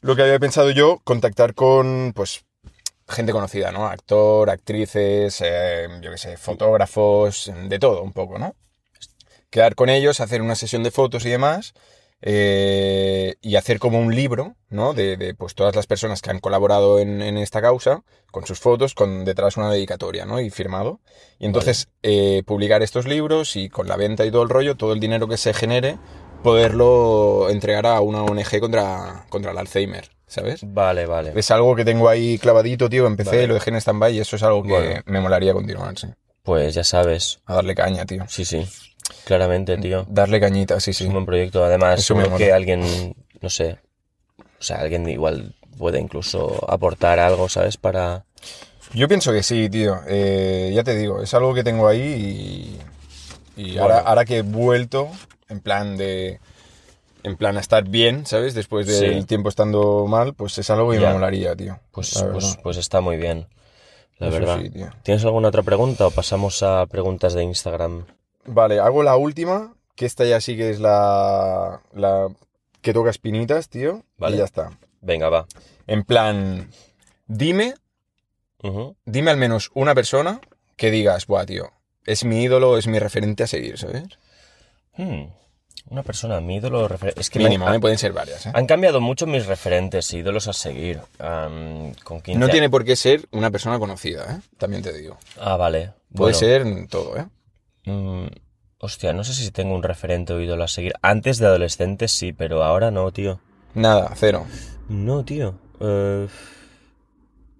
Speaker 2: lo que había pensado yo, contactar con, pues, gente conocida, ¿no? Actor, actrices, eh, yo qué sé, fotógrafos, de todo un poco, ¿no? Quedar con ellos, hacer una sesión de fotos y demás, eh, y hacer como un libro, ¿no? De, de, pues, todas las personas que han colaborado en, en esta causa, con sus fotos, con detrás una dedicatoria, ¿no? Y firmado. Y entonces, eh, publicar estos libros y con la venta y todo el rollo, todo el dinero que se genere, poderlo entregar a una ONG contra, contra el Alzheimer, ¿sabes?
Speaker 1: Vale, vale.
Speaker 2: Es algo que tengo ahí clavadito, tío. Empecé,
Speaker 1: Vale.
Speaker 2: lo dejé en stand-by y eso es algo que
Speaker 1: Bueno.
Speaker 2: me molaría continuar, sí.
Speaker 1: Pues ya sabes.
Speaker 2: A darle caña, tío.
Speaker 1: Sí, sí. Claramente, tío.
Speaker 2: Darle cañita, Mm, sí,
Speaker 1: Es
Speaker 2: sí.
Speaker 1: un buen proyecto. Además,
Speaker 2: Eso me
Speaker 1: seguro
Speaker 2: mola.
Speaker 1: que alguien, no sé. O sea, alguien igual puede incluso aportar algo, ¿sabes? Para.
Speaker 2: Yo pienso que sí, tío. Eh, ya te digo, es algo que tengo ahí y, y ahora, ahora que he vuelto, en plan de... En plan a estar bien, ¿sabes? Después del
Speaker 1: Sí.
Speaker 2: tiempo estando mal, pues es algo que
Speaker 1: Ya.
Speaker 2: me molaría, tío.
Speaker 1: Pues,
Speaker 2: La
Speaker 1: pues,
Speaker 2: verdad.
Speaker 1: pues está muy bien, la
Speaker 2: Eso
Speaker 1: verdad.
Speaker 2: sí, tío.
Speaker 1: ¿Tienes alguna otra pregunta o pasamos a preguntas de Instagram?
Speaker 2: Vale, hago la última, que esta ya sí que es la, la que toca espinitas, tío.
Speaker 1: Vale.
Speaker 2: Y ya está.
Speaker 1: Venga, va.
Speaker 2: En plan, dime,
Speaker 1: Ujú.
Speaker 2: dime al menos una persona que digas, buah, tío, es mi ídolo, es mi referente a seguir, ¿sabes?
Speaker 1: Hmm. Una persona, mi ídolo refer- Es que me-
Speaker 2: Mínimo,
Speaker 1: ha-
Speaker 2: ¿eh? pueden ser varias. ¿eh?
Speaker 1: han cambiado mucho mis referentes, e ídolos a seguir. Am, con 15
Speaker 2: No tiene por qué ser una persona conocida, ¿eh? también te digo.
Speaker 1: Ah, vale.
Speaker 2: Puede
Speaker 1: Bueno,
Speaker 2: ser todo, ¿eh?
Speaker 1: mm, hostia, no sé si tengo un referente o ídolo a seguir. Antes de adolescente sí, pero ahora no, tío.
Speaker 2: Nada, cero.
Speaker 1: No, tío. Eh,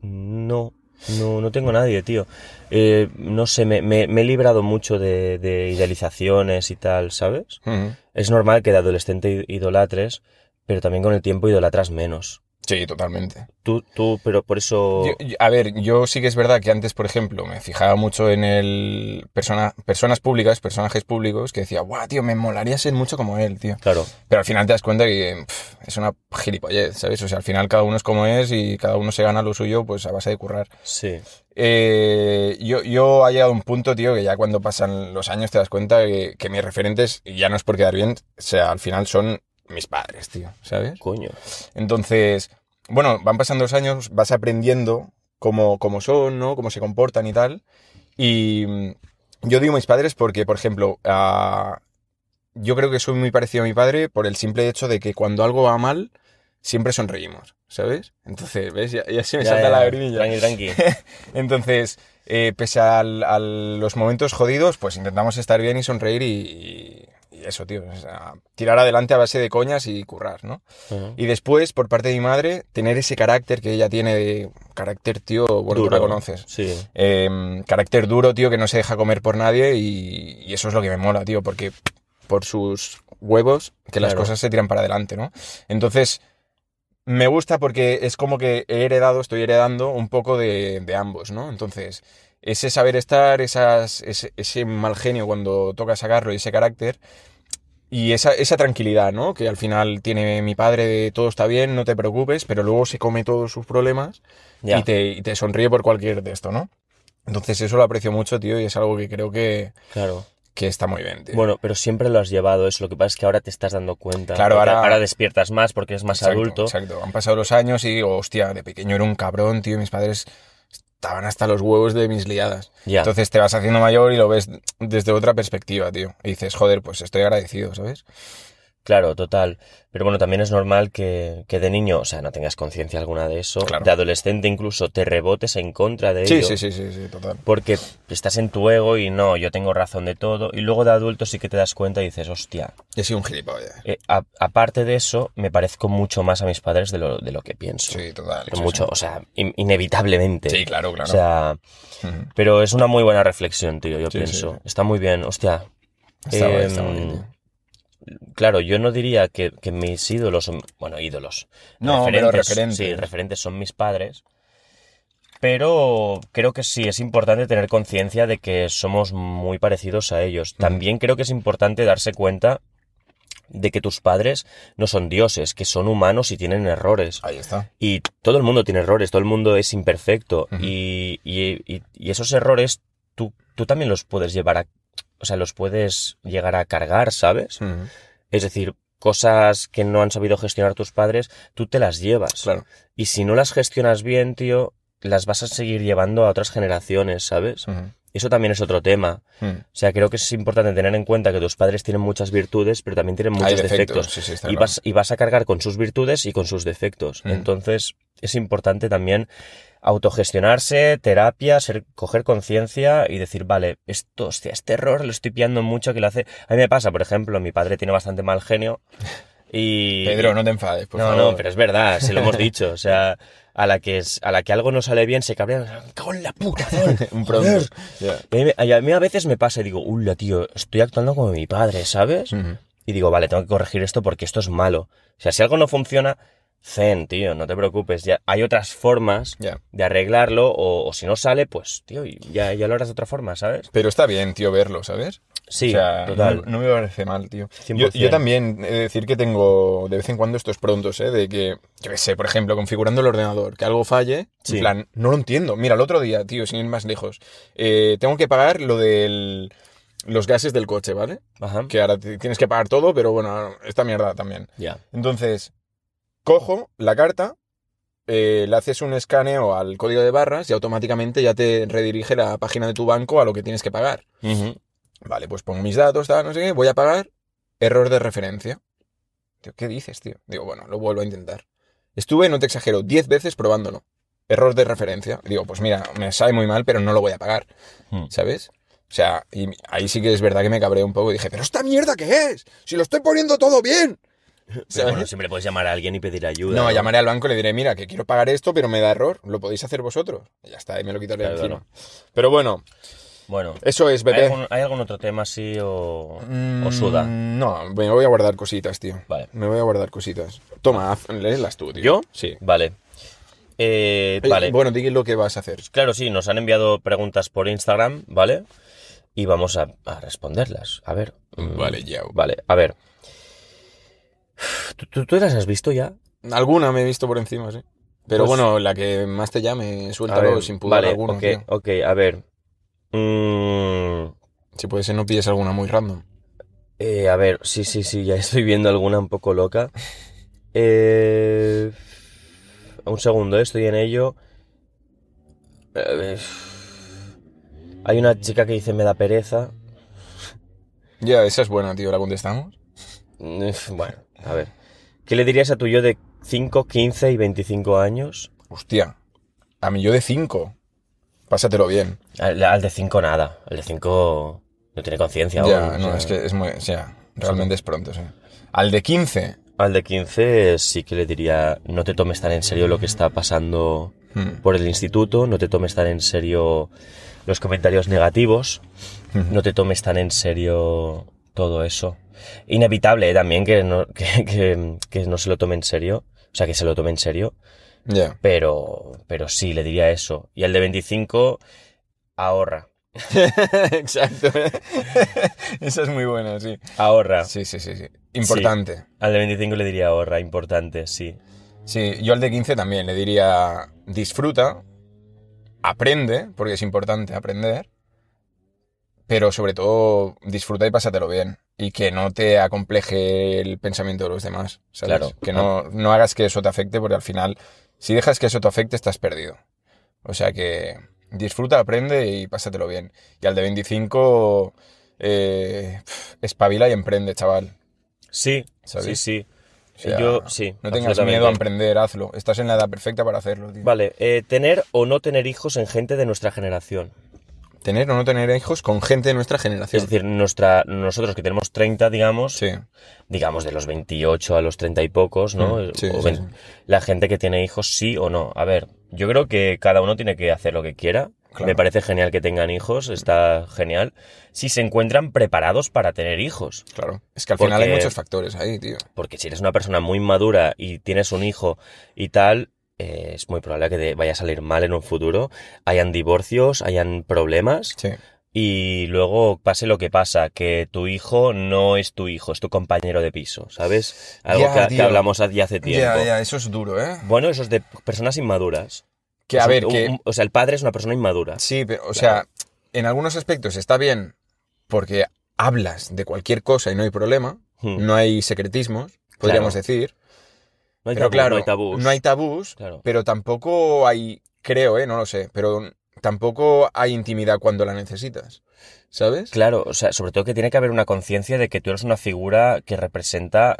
Speaker 1: no, no, no tengo nadie, tío. Eh, no sé, me, me- me he librado mucho de, de idealizaciones y tal, ¿sabes?
Speaker 2: Ujú.
Speaker 1: Es normal que de adolescente i- idolatres, pero también con el tiempo idolatras menos.
Speaker 2: Sí, totalmente.
Speaker 1: Tú, tú, pero por eso...
Speaker 2: Yo- yo- a ver, yo sí que es verdad que antes, por ejemplo, me fijaba mucho en el persona, personas públicas, personajes públicos, que decía, guau, tío, me molaría ser mucho como él, tío.
Speaker 1: Claro,
Speaker 2: Pero al final te das cuenta que pf, es una gilipollez, ¿sabes? O sea, al final cada uno es como es y cada uno se gana lo suyo, pues a base de currar.
Speaker 1: sí.
Speaker 2: Eh, yo, yo ha llegado a un punto, tío, que ya cuando pasan los años te das cuenta que, que mis referentes, y ya no es por quedar bien, o sea, al final son mis padres, tío, ¿sabes?
Speaker 1: Coño.
Speaker 2: Entonces, bueno, van pasando los años, vas aprendiendo cómo, cómo son, ¿no? Cómo se comportan y tal. Y mm, yo digo mis padres porque, por ejemplo, ah, yo creo que soy muy parecido a mi padre por el simple hecho de que cuando algo va mal, siempre sonreímos, ¿sabes? Entonces, ¿ves? Ya, ya se me
Speaker 1: Ya,
Speaker 2: salta
Speaker 1: ya,
Speaker 2: la lagrimilla.
Speaker 1: Tranqui, tranqui.
Speaker 2: Entonces, eh, pese al- a los momentos jodidos, pues intentamos estar bien y sonreír y, y eso, tío. o sea, tirar adelante a base de coñas y currar, ¿no?
Speaker 1: Ujú.
Speaker 2: Y después, por parte de mi madre, tener ese carácter que ella tiene de carácter, tío, bueno, tú la
Speaker 1: Duro.
Speaker 2: conoces.
Speaker 1: Sí.
Speaker 2: Eh, carácter duro, tío, que no se deja comer por nadie y, y eso es lo que me mola, tío, porque por sus huevos que las
Speaker 1: Claro.
Speaker 2: cosas se tiran para adelante, ¿no? Entonces, me gusta porque es como que he heredado, estoy heredando un poco de, de ambos, ¿no? Entonces, ese saber estar, esas, ese, ese mal genio cuando toca sacarlo y ese carácter y esa, esa tranquilidad, ¿no? Que al final tiene mi padre de todo está bien, no te preocupes, pero luego se come todos sus problemas
Speaker 1: Ya.
Speaker 2: y te, y te sonríe por cualquier de esto, ¿no? Entonces eso lo aprecio mucho, tío, y es algo que creo que,
Speaker 1: Claro.
Speaker 2: que está muy bien, tío.
Speaker 1: Bueno, pero siempre lo has llevado, eso. Lo que pasa es que ahora te estás dando cuenta.
Speaker 2: Claro,
Speaker 1: Porque
Speaker 2: ahora-
Speaker 1: despiertas más porque eres más
Speaker 2: Exacto,
Speaker 1: adulto.
Speaker 2: Exacto, han pasado los años y digo, hostia, de pequeño era un cabrón, tío, y mis padres estaban hasta los huevos de mis liadas.
Speaker 1: Ya.
Speaker 2: Entonces te vas haciendo mayor y lo ves desde otra perspectiva, tío. Y dices, joder, pues estoy agradecido, ¿sabes?
Speaker 1: Claro, total. Pero bueno, también es normal que, que de niño, o sea, no tengas conciencia alguna de eso.
Speaker 2: Claro.
Speaker 1: De adolescente incluso te rebotes en contra de
Speaker 2: Sí,
Speaker 1: ello.
Speaker 2: sí, sí, sí, sí, total.
Speaker 1: Porque estás en tu ego y no, yo tengo razón de todo. Y luego de adulto sí que te das cuenta y dices, hostia,
Speaker 2: He sido un gilipollas.
Speaker 1: eh, a- aparte de eso, me parezco mucho más a mis padres de lo, de lo que pienso.
Speaker 2: Sí, total.
Speaker 1: Pero
Speaker 2: sí,
Speaker 1: mucho, o sea, in- inevitablemente.
Speaker 2: Sí, claro, claro.
Speaker 1: O sea,
Speaker 2: Ujú.
Speaker 1: pero es una muy buena reflexión, tío, yo
Speaker 2: Sí,
Speaker 1: pienso.
Speaker 2: sí.
Speaker 1: Está muy bien, hostia.
Speaker 2: Está guay, está
Speaker 1: Em,
Speaker 2: guay, tío.
Speaker 1: Claro, yo no diría que, que mis ídolos son, bueno, ídolos.
Speaker 2: No, pero referentes.
Speaker 1: Sí, referentes son mis padres. Pero creo que sí, es importante tener conciencia de que somos muy parecidos a ellos. También creo que es importante darse cuenta de que tus padres no son dioses, que son humanos y tienen errores.
Speaker 2: Ahí está.
Speaker 1: Y todo el mundo tiene errores, todo el mundo es imperfecto.
Speaker 2: Ujú.
Speaker 1: y, y- y- y esos errores tú, tú también los puedes llevar a... O sea, los puedes llegar a cargar, ¿sabes?
Speaker 2: Ujú.
Speaker 1: Es decir, cosas que no han sabido gestionar tus padres, tú te las llevas.
Speaker 2: Claro.
Speaker 1: Y si no las gestionas bien, tío, las vas a seguir llevando a otras generaciones, ¿sabes?
Speaker 2: Ujú.
Speaker 1: Eso también es otro tema.
Speaker 2: Ujú.
Speaker 1: O sea, creo que es importante tener en cuenta que tus padres tienen muchas virtudes, pero también tienen muchos
Speaker 2: Hay defectos.
Speaker 1: defectos.
Speaker 2: Sí, sí, está
Speaker 1: Y
Speaker 2: claro.
Speaker 1: vas, y vas a cargar con sus virtudes y con sus defectos.
Speaker 2: Mm.
Speaker 1: Entonces, es importante también autogestionarse, terapia, ser- coger conciencia y decir, vale, esto, hostia, este error lo estoy pillando mucho que lo hace. A mí me pasa, por ejemplo, mi padre tiene bastante mal genio y.
Speaker 2: Pedro, no te enfades, por
Speaker 1: no,
Speaker 2: favor.
Speaker 1: no, pero es verdad, se lo hemos dicho. O sea, a la que, es, a la que algo no sale bien se cabrea, "Me cago en la puta, Don,
Speaker 2: Un
Speaker 1: joder".
Speaker 2: pronto. Ya.
Speaker 1: Y a, mí, y a mí a veces me pasa y digo, uy, tío, estoy actuando como mi padre, ¿sabes?
Speaker 2: Ujú.
Speaker 1: Y digo, vale, tengo que corregir esto porque esto es malo. O sea, si algo no funciona, Zen, tío, no te preocupes. Ya, hay otras formas
Speaker 2: Ya.
Speaker 1: de arreglarlo o, o si no sale, pues, tío, ya, ya lo harás de otra forma, ¿sabes?
Speaker 2: Pero está bien, tío, verlo, ¿sabes?
Speaker 1: Sí,
Speaker 2: o sea,
Speaker 1: total.
Speaker 2: No, no me parece mal, tío. Yo,
Speaker 1: 100%.
Speaker 2: yo también he de decir que tengo de vez en cuando estos prontos, ¿eh? De que, yo qué sé, por ejemplo, configurando el ordenador, que algo falle,
Speaker 1: Sí.
Speaker 2: en plan, no lo entiendo. Mira, el otro día, tío, sin ir más lejos, eh, tengo que pagar lo del... los gases del coche, ¿vale?
Speaker 1: Ajá.
Speaker 2: Que ahora te- tienes que pagar todo, pero bueno, esta mierda también.
Speaker 1: Ya.
Speaker 2: Entonces, cojo la carta, eh, le haces un escaneo al código de barras y automáticamente ya te redirige la página de tu banco a lo que tienes que pagar. Vale, pues pongo mis datos, tal, no sé qué, voy a pagar, error de referencia. Tío, ¿Qué dices, tío? Digo, bueno, lo vuelvo a intentar. Estuve, no te exagero, 10 veces probándolo. Error de referencia. Digo, pues mira, me sale muy mal, pero no lo voy a pagar, Hmm.
Speaker 1: Mm.
Speaker 2: ¿sabes? O sea, y ahí sí que es verdad que me cabreé un poco y dije, pero esta mierda qué es? Si lo estoy poniendo todo bien.
Speaker 1: Pero bueno,
Speaker 2: ¿Sabes?
Speaker 1: siempre puedes llamar a alguien y pedir ayuda.
Speaker 2: No, llamaré al banco y le diré, mira, que quiero pagar esto, pero me da error. Lo podéis hacer vosotros. Y ya está, y me lo quitaré de
Speaker 1: Claro,
Speaker 2: encima. Pero bueno,
Speaker 1: Bueno,
Speaker 2: eso es,
Speaker 1: ¿hay
Speaker 2: bebé.
Speaker 1: algún, hay algún otro tema así o, o suda?
Speaker 2: Mm, No, me voy a guardar cositas, tío.
Speaker 1: Vale.
Speaker 2: Me voy a guardar cositas. Toma, haz- léelas tú, tío.
Speaker 1: ¿Yo?
Speaker 2: Sí.
Speaker 1: Vale. Eh,
Speaker 2: Oye,
Speaker 1: vale. Pues
Speaker 2: Bueno, di lo que vas a hacer.
Speaker 1: Claro, sí, nos han enviado preguntas por Instagram, ¿vale? Y vamos a, a responderlas. A ver. mm,
Speaker 2: Vale, ya.
Speaker 1: Vale, a ver. ¿Tú, tú, tú las has visto ya?
Speaker 2: Mm, Alguna me he visto por encima, sí. Pero
Speaker 1: Pues-
Speaker 2: bueno, la que más te llame,
Speaker 1: A
Speaker 2: suéltalo
Speaker 1: ver,
Speaker 2: sin pudor
Speaker 1: vale,
Speaker 2: alguno,
Speaker 1: ok,
Speaker 2: tío.
Speaker 1: ok, a ver. Mm,
Speaker 2: Si puede ser, no pilles alguna muy random.
Speaker 1: eh, a ver, sí, sí, sí, ya estoy viendo alguna un poco loca. Eh, un segundo, eh, estoy en ello. Eh, hay una chica que dice me da pereza.
Speaker 2: Ya, esa es buena, tío. ¿La contestamos?
Speaker 1: Eh, Bueno, a ver. ¿Qué le dirías a tu yo de 5, 15 y 25 años?
Speaker 2: Hostia. A mí yo de 5. Pásatelo bien.
Speaker 1: Al, al de 5 nada. Al de 5 no tiene conciencia.
Speaker 2: ya,
Speaker 1: aún, o
Speaker 2: no,
Speaker 1: sea.
Speaker 2: es que es muy... O sea, realmente es pronto, sí. Al de 15.
Speaker 1: Al de 15 sí que le diría, no te tomes tan en serio lo que está pasando
Speaker 2: Hmm.
Speaker 1: por el instituto, no te tomes tan en serio los comentarios negativos, no te tomes tan en serio todo eso. Inevitable eh, también que no, que, que- que no se lo tome en serio, o sea, que se lo tome en serio,
Speaker 2: Ya.
Speaker 1: pero, pero sí, le diría eso. Y al de 25, ahorra,
Speaker 2: Exacto. Esa es muy buena, sí.
Speaker 1: ahorra.
Speaker 2: Sí, sí, sí, sí. Importante.
Speaker 1: Al de 25 le diría ahorra, importante, sí.
Speaker 2: Sí. yo al de 15 también le diría disfruta, aprende, porque es importante aprender, pero sobre todo disfruta y pásatelo bien. Y que no te acompleje el pensamiento de los demás, ¿sabes?
Speaker 1: Claro.
Speaker 2: Que no, no hagas que eso te afecte, porque al final, si dejas que eso te afecte, estás perdido. O sea que disfruta, aprende y pásatelo bien. Y al de 25, eh, pf, espabila y emprende, chaval.
Speaker 1: Sí, sí,
Speaker 2: ¿Sabes?
Speaker 1: sí.
Speaker 2: O sea,
Speaker 1: Yo, sí.
Speaker 2: No tengas miedo a
Speaker 1: absolutamente.
Speaker 2: emprender, hazlo. Estás en la edad perfecta para hacerlo, tío.
Speaker 1: Vale, eh, tener o no tener hijos en gente de nuestra generación.
Speaker 2: Tener o no tener hijos con gente de nuestra generación.
Speaker 1: Es decir, nuestra, nosotros que tenemos 30, digamos,
Speaker 2: sí.
Speaker 1: digamos de los 28 a los 30 y pocos, ¿no?
Speaker 2: Mm, sí,
Speaker 1: O
Speaker 2: sí,
Speaker 1: ven-
Speaker 2: sí.
Speaker 1: La gente que tiene hijos, sí o no. A ver, yo creo que cada uno tiene que hacer lo que quiera.
Speaker 2: Claro.
Speaker 1: Me parece genial que tengan hijos, está genial. Si se encuentran preparados para tener hijos.
Speaker 2: Claro. Es que al
Speaker 1: Porque-
Speaker 2: final hay muchos factores ahí, tío.
Speaker 1: Porque si eres una persona muy madura y tienes un hijo y tal, eh, es muy probable que te vaya a salir mal en un futuro. Hayan divorcios, hayan problemas.
Speaker 2: Sí.
Speaker 1: Y luego pase lo que pasa, que tu hijo no es tu hijo, es tu compañero de piso, ¿sabes? Algo
Speaker 2: Ya,
Speaker 1: que, que
Speaker 2: tío.
Speaker 1: hablamos hace- ya hace tiempo.
Speaker 2: Ya, ya, eso es duro, ¿eh?
Speaker 1: Bueno, eso es de personas inmaduras.
Speaker 2: Que
Speaker 1: O
Speaker 2: a
Speaker 1: sea,
Speaker 2: ver,
Speaker 1: un-
Speaker 2: que.
Speaker 1: un- O sea, el padre es una persona inmadura.
Speaker 2: Sí, pero, o
Speaker 1: Claro.
Speaker 2: sea, en algunos aspectos está bien porque hablas de cualquier cosa y no hay problema.
Speaker 1: Hmm.
Speaker 2: No hay secretismos, podríamos
Speaker 1: Claro.
Speaker 2: decir.
Speaker 1: No hay
Speaker 2: pero
Speaker 1: tabú,
Speaker 2: claro,
Speaker 1: no hay tabús.
Speaker 2: no hay tabús,
Speaker 1: Claro.
Speaker 2: pero tampoco hay, creo, ¿eh? No lo sé, pero tampoco hay intimidad cuando la necesitas, ¿sabes?
Speaker 1: Claro, o sea, sobre todo que tiene que haber una conciencia de que tú eres una figura que representa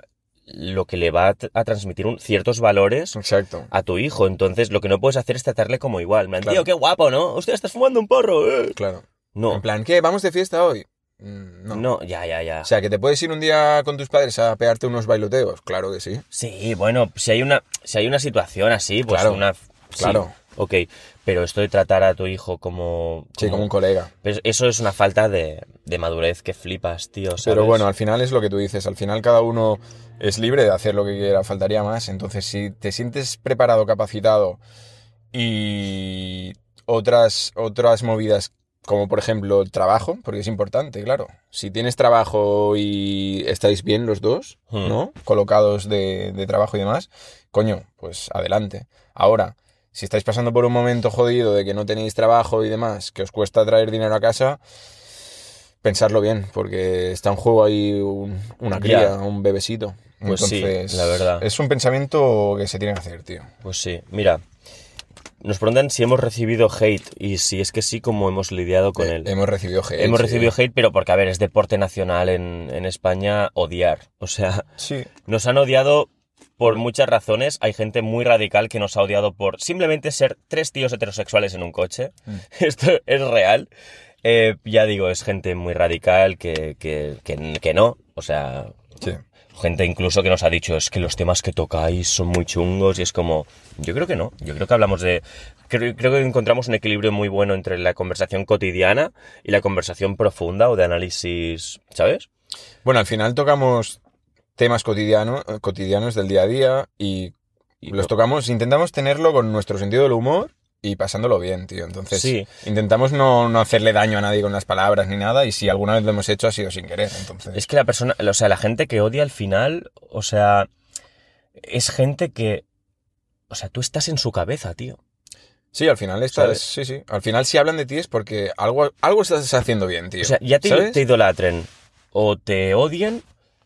Speaker 1: lo que le va a, tr- a transmitir un- ciertos valores
Speaker 2: Exacto.
Speaker 1: a tu hijo. Entonces, lo que no puedes hacer es tratarle como igual. Me han
Speaker 2: Claro.
Speaker 1: tío, qué guapo, ¿no? Hostia, estás fumando un porro. eh".
Speaker 2: Claro.
Speaker 1: No,
Speaker 2: En plan, ¿qué? ¿Vamos de fiesta hoy? Mm, No.
Speaker 1: no, ya, ya, ya.
Speaker 2: O sea, que te puedes ir un día con tus padres a pegarte unos bailoteos. Claro que sí.
Speaker 1: Sí, bueno, si hay una, si hay una situación así, pues
Speaker 2: Claro,
Speaker 1: una. sí.
Speaker 2: Claro.
Speaker 1: ok, pero esto de tratar a tu hijo como...
Speaker 2: Sí, como un colega.
Speaker 1: Pero eso es una falta de, de madurez que flipas, tío. ¿sabes?
Speaker 2: Pero bueno, al final es lo que tú dices, al final cada uno es libre de hacer lo que quiera, faltaría más. Entonces, si te sientes preparado, capacitado y otras, otras movidas, como por ejemplo el trabajo, porque es importante, claro. Si tienes trabajo y estáis bien los dos,
Speaker 1: Hmm.
Speaker 2: ¿no? Colocados de, de trabajo y demás, coño, pues adelante. Ahora, si estáis pasando por un momento jodido de que no tenéis trabajo y demás, que os cuesta traer dinero a casa, pensadlo bien, porque está en juego ahí un- una cría,
Speaker 1: Ya.
Speaker 2: un bebecito.
Speaker 1: Pues sí,
Speaker 2: Entonces,
Speaker 1: la verdad.
Speaker 2: Es un pensamiento que se tiene que hacer, tío.
Speaker 1: Pues sí, mira, nos preguntan si hemos recibido hate y si es que sí, cómo hemos lidiado con
Speaker 2: Eh,
Speaker 1: él.
Speaker 2: Hemos recibido hate.
Speaker 1: Hemos
Speaker 2: sí.
Speaker 1: recibido hate, pero porque, a ver, es deporte nacional en, en España odiar. O sea,
Speaker 2: Sí,
Speaker 1: nos han odiado por muchas razones. Hay gente muy radical que nos ha odiado por simplemente ser tres tíos heterosexuales en un coche.
Speaker 2: Mm.
Speaker 1: Esto es real. Eh, ya digo, es gente muy radical que, que, que, que no. O sea,
Speaker 2: sí.
Speaker 1: gente incluso que nos ha dicho es que los temas que tocáis son muy chungos y es como yo creo que no yo creo que hablamos de creo, creo que encontramos un equilibrio muy bueno entre la conversación cotidiana y la conversación profunda o de análisis sabes
Speaker 2: Bueno, al final tocamos temas cotidiano, eh, cotidianos del día a día y
Speaker 1: Y
Speaker 2: los
Speaker 1: co-
Speaker 2: tocamos, intentamos tenerlo con nuestro sentido del humor y pasándolo bien, tío. Entonces,
Speaker 1: Sí.
Speaker 2: intentamos no, no hacerle daño a nadie con las palabras ni nada y si alguna vez lo hemos hecho ha sido sin querer, entonces.
Speaker 1: es que la persona o sea la gente que odia al final o sea es gente que o sea tú estás en su cabeza tío
Speaker 2: Sí, al final estás,
Speaker 1: ¿Sabes?
Speaker 2: sí, sí. Al final si hablan de ti es porque algo, algo estás haciendo bien, tío.
Speaker 1: o sea ya te,
Speaker 2: ¿Sabes?
Speaker 1: te idolatren o te odian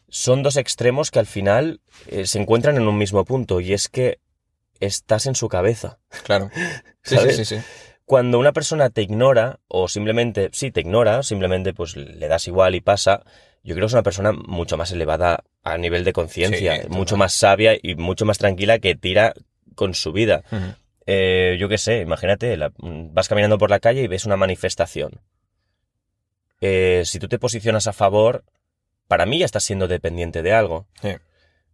Speaker 1: son dos extremos que al final eh, se encuentran en un mismo punto y es que estás en su cabeza
Speaker 2: Claro. Sí, sí,
Speaker 1: ¿Sabes?
Speaker 2: sí, sí.
Speaker 1: cuando una persona te ignora, o simplemente, sí, te ignora, simplemente pues le das igual y pasa, yo creo que es una persona mucho más elevada a nivel de conciencia,
Speaker 2: Sí, total.
Speaker 1: mucho más sabia y mucho más tranquila que tira con su vida.
Speaker 2: Ujú.
Speaker 1: Eh, yo qué sé, imagínate, la- mm, vas caminando por la calle y ves una manifestación. Eh, si tú te posicionas a favor, para mí ya estás siendo dependiente de algo.
Speaker 2: Sí.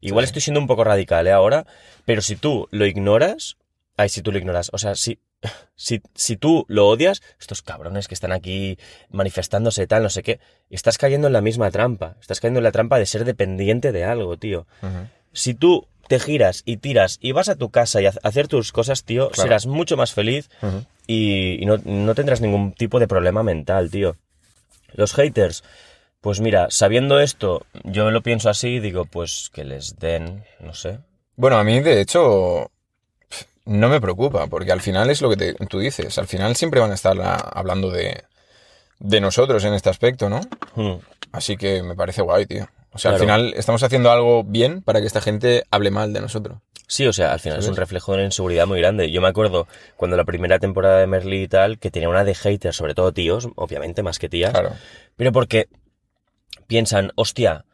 Speaker 1: Igual
Speaker 2: Sí.
Speaker 1: estoy siendo un poco radical ¿eh? ahora, pero si tú lo ignoras, ay, si tú lo ignoras, o sea, si, si, si tú lo odias, estos cabrones que están aquí manifestándose tal, no sé qué, estás cayendo en la misma trampa, estás cayendo en la trampa de ser dependiente de algo, tío.
Speaker 2: Ujú.
Speaker 1: Si tú te giras y tiras y vas a tu casa y a hacer tus cosas, tío,
Speaker 2: Claro.
Speaker 1: serás mucho más feliz
Speaker 2: Ujú.
Speaker 1: y, y no, no tendrás ningún tipo de problema mental, tío. Los haters, pues mira, sabiendo esto, yo lo pienso así y digo, pues que les den, no sé.
Speaker 2: Bueno, a mí de hecho pf, no me preocupa, porque al final es lo que te- tú dices, al final siempre van a estar ah, hablando de, de nosotros en este aspecto, ¿no?
Speaker 1: Hmm,
Speaker 2: Así que me parece guay, tío. O sea, al
Speaker 1: Claro.
Speaker 2: final estamos haciendo algo bien para que esta gente hable mal de nosotros.
Speaker 1: Sí, o sea, al final es un
Speaker 2: ¿Sabes?
Speaker 1: reflejo de una inseguridad muy grande. Yo me acuerdo cuando la primera temporada de Merlí y tal, que tenía una de haters, sobre todo tíos, obviamente, más que tías.
Speaker 2: Claro.
Speaker 1: Pero porque piensan, hostia,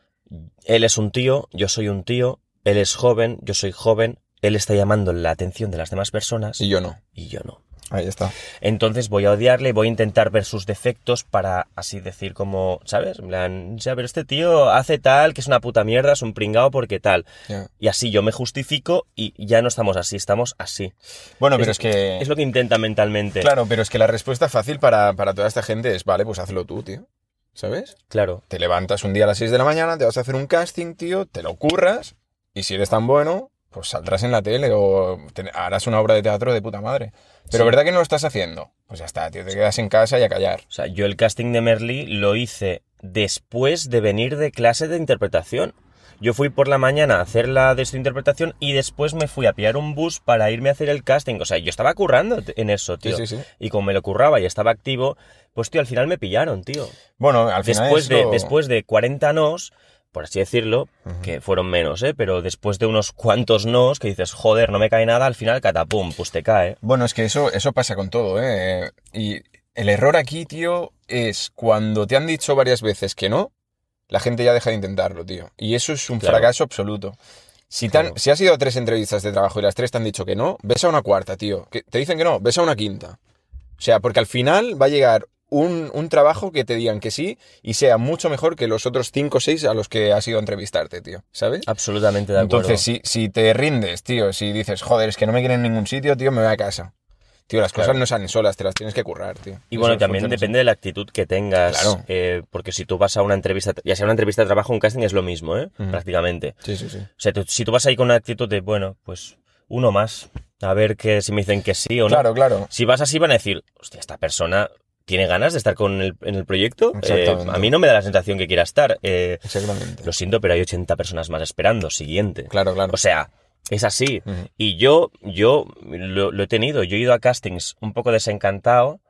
Speaker 1: él es un tío, yo soy un tío, él es joven, yo soy joven, él está llamando la atención de las demás personas
Speaker 2: Y yo no.
Speaker 1: y yo no.
Speaker 2: Ahí está.
Speaker 1: Entonces voy a odiarle, voy a intentar ver sus defectos para así decir como, ¿sabes? En plan, ya, pero este tío hace tal, que es una puta mierda, es un pringao porque tal.
Speaker 2: Ya.
Speaker 1: Y así yo me justifico y ya no estamos así, estamos así.
Speaker 2: Bueno, pero es, que...
Speaker 1: Es lo que intenta mentalmente.
Speaker 2: Eh. Claro, pero es que la respuesta fácil para, para toda esta gente es, vale, pues hazlo tú, tío. ¿Sabes?
Speaker 1: Claro.
Speaker 2: Te levantas un día a las 6 de la mañana, te vas a hacer un casting, tío, te lo curras, y si eres tan bueno, pues saldrás en la tele o te- harás una obra de teatro de puta madre. Pero
Speaker 1: Sí.
Speaker 2: ¿verdad que no lo estás haciendo? Pues ya está, tío, te quedas en casa y a callar.
Speaker 1: O sea, yo el casting de Merlí lo hice después de venir de clase de interpretación. Yo fui por la mañana a hacer la de esta interpretación y después me fui a pillar un bus para irme a hacer el casting. O sea, yo estaba currando t- en eso,
Speaker 2: Sí,
Speaker 1: tío.
Speaker 2: sí, sí.
Speaker 1: Y como me lo curraba y estaba activo, pues tío, al final me pillaron, tío.
Speaker 2: Bueno, al final
Speaker 1: Después
Speaker 2: es
Speaker 1: de,
Speaker 2: lo-
Speaker 1: después de 40 nos, por así decirlo,
Speaker 2: Ujú.
Speaker 1: que fueron menos, ¿eh? Pero después de unos cuantos nos que dices, joder, no me cae nada, al final catapum, pues te cae.
Speaker 2: Bueno, es que eso, eso pasa con todo, ¿eh? Y el error aquí, tío, es cuando te han dicho varias veces que no, la gente ya deja de intentarlo, tío. Y eso es un
Speaker 1: Claro.
Speaker 2: fracaso absoluto. Si, te han-
Speaker 1: Claro.
Speaker 2: si has ido a tres entrevistas de trabajo y las tres te han dicho que no, ves a una cuarta, tío. Que te dicen que no, ves a una quinta. O sea, porque al final va a llegar un, un trabajo que te digan que sí y sea mucho mejor que los otros cinco o seis a los que has ido a entrevistarte, tío. ¿Sabes?
Speaker 1: Absolutamente de acuerdo.
Speaker 2: Entonces, si, si te rindes, tío, si dices, joder, es que no me quieren en ningún sitio, tío, me voy a casa. Tío, las cosas
Speaker 1: Claro.
Speaker 2: no salen solas, te las tienes que currar, tío.
Speaker 1: Y bueno,
Speaker 2: Eso
Speaker 1: también
Speaker 2: funciona así.
Speaker 1: depende de la actitud que tengas.
Speaker 2: Claro.
Speaker 1: eh, porque si tú vas a una entrevista, ya sea una entrevista de trabajo o un casting, es lo mismo, ¿eh?
Speaker 2: Ujú.
Speaker 1: Prácticamente.
Speaker 2: Sí, sí, sí.
Speaker 1: O sea, tú- si tú vas ahí con una actitud de, bueno, pues uno más, a ver que, si me dicen que sí o no.
Speaker 2: Claro, claro.
Speaker 1: Si vas así, van a decir, hostia, esta persona tiene ganas de estar con el, en el proyecto. Eh,
Speaker 2: Exactamente.
Speaker 1: a mí no me da la sensación que quiera estar. Eh,
Speaker 2: Exactamente.
Speaker 1: lo siento, pero hay 80 personas más esperando. Siguiente.
Speaker 2: Claro, claro.
Speaker 1: O sea, es así.
Speaker 2: Ujú.
Speaker 1: Y yo, yo lo, lo he tenido, yo he ido a castings un poco desencantado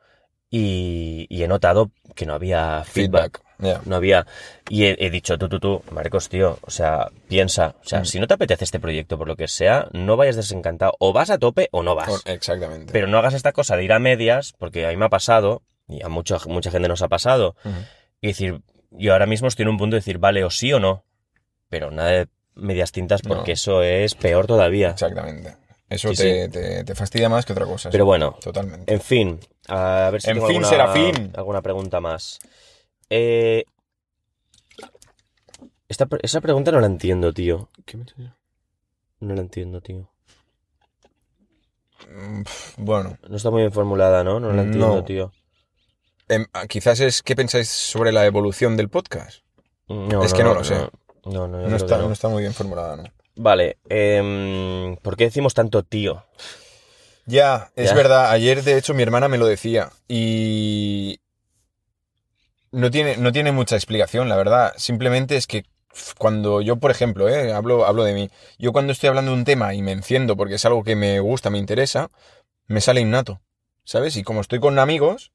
Speaker 1: y, y he notado que no había feedback.
Speaker 2: Feedback. Ya.
Speaker 1: No había. Y he, he dicho, tú, tú, tú, Marcos, tío, o sea, piensa, o sea,
Speaker 2: Mm.
Speaker 1: si no te apetece este proyecto por lo que sea, no vayas desencantado. O vas a tope o no vas.
Speaker 2: Con- Exactamente.
Speaker 1: Pero no hagas esta cosa de ir a medias, porque a mí me ha pasado, y a mucha, mucha gente nos ha pasado,
Speaker 2: Ujú.
Speaker 1: y decir, yo ahora mismo estoy en un punto de decir, vale, o sí o no. Pero nada de medias tintas,
Speaker 2: No.
Speaker 1: porque eso es peor todavía.
Speaker 2: Exactamente. Eso
Speaker 1: Sí,
Speaker 2: te, Te, te fastidia más que otra cosa.
Speaker 1: Pero bueno,
Speaker 2: Totalmente.
Speaker 1: En fin, a ver si
Speaker 2: En
Speaker 1: tengo
Speaker 2: fin,
Speaker 1: alguna,
Speaker 2: Serafín.
Speaker 1: alguna pregunta más. Eh, esta pre- esa pregunta no la entiendo, tío. No la entiendo, tío.
Speaker 2: Mm, pf, Bueno,
Speaker 1: No está muy bien formulada, ¿no? No la entiendo,
Speaker 2: No.
Speaker 1: tío.
Speaker 2: em, ah, quizás es qué pensáis sobre la evolución del podcast.
Speaker 1: No,
Speaker 2: Es que no lo sé.
Speaker 1: No, no, yo
Speaker 2: No
Speaker 1: creo que
Speaker 2: está,
Speaker 1: no.
Speaker 2: no está muy bien formulada, ¿no?
Speaker 1: Vale, em, ¿por qué decimos tanto tío?
Speaker 2: Ya, es
Speaker 1: Ya.
Speaker 2: verdad. Ayer, de hecho, mi hermana me lo decía. Y. No tiene, no tiene mucha explicación, la verdad. Simplemente es que f- cuando yo, por ejemplo, eh, hablo, hablo de mí, yo cuando estoy hablando de un tema y me enciendo porque es algo que me gusta, me interesa, me sale innato, ¿sabes? Y como estoy con amigos,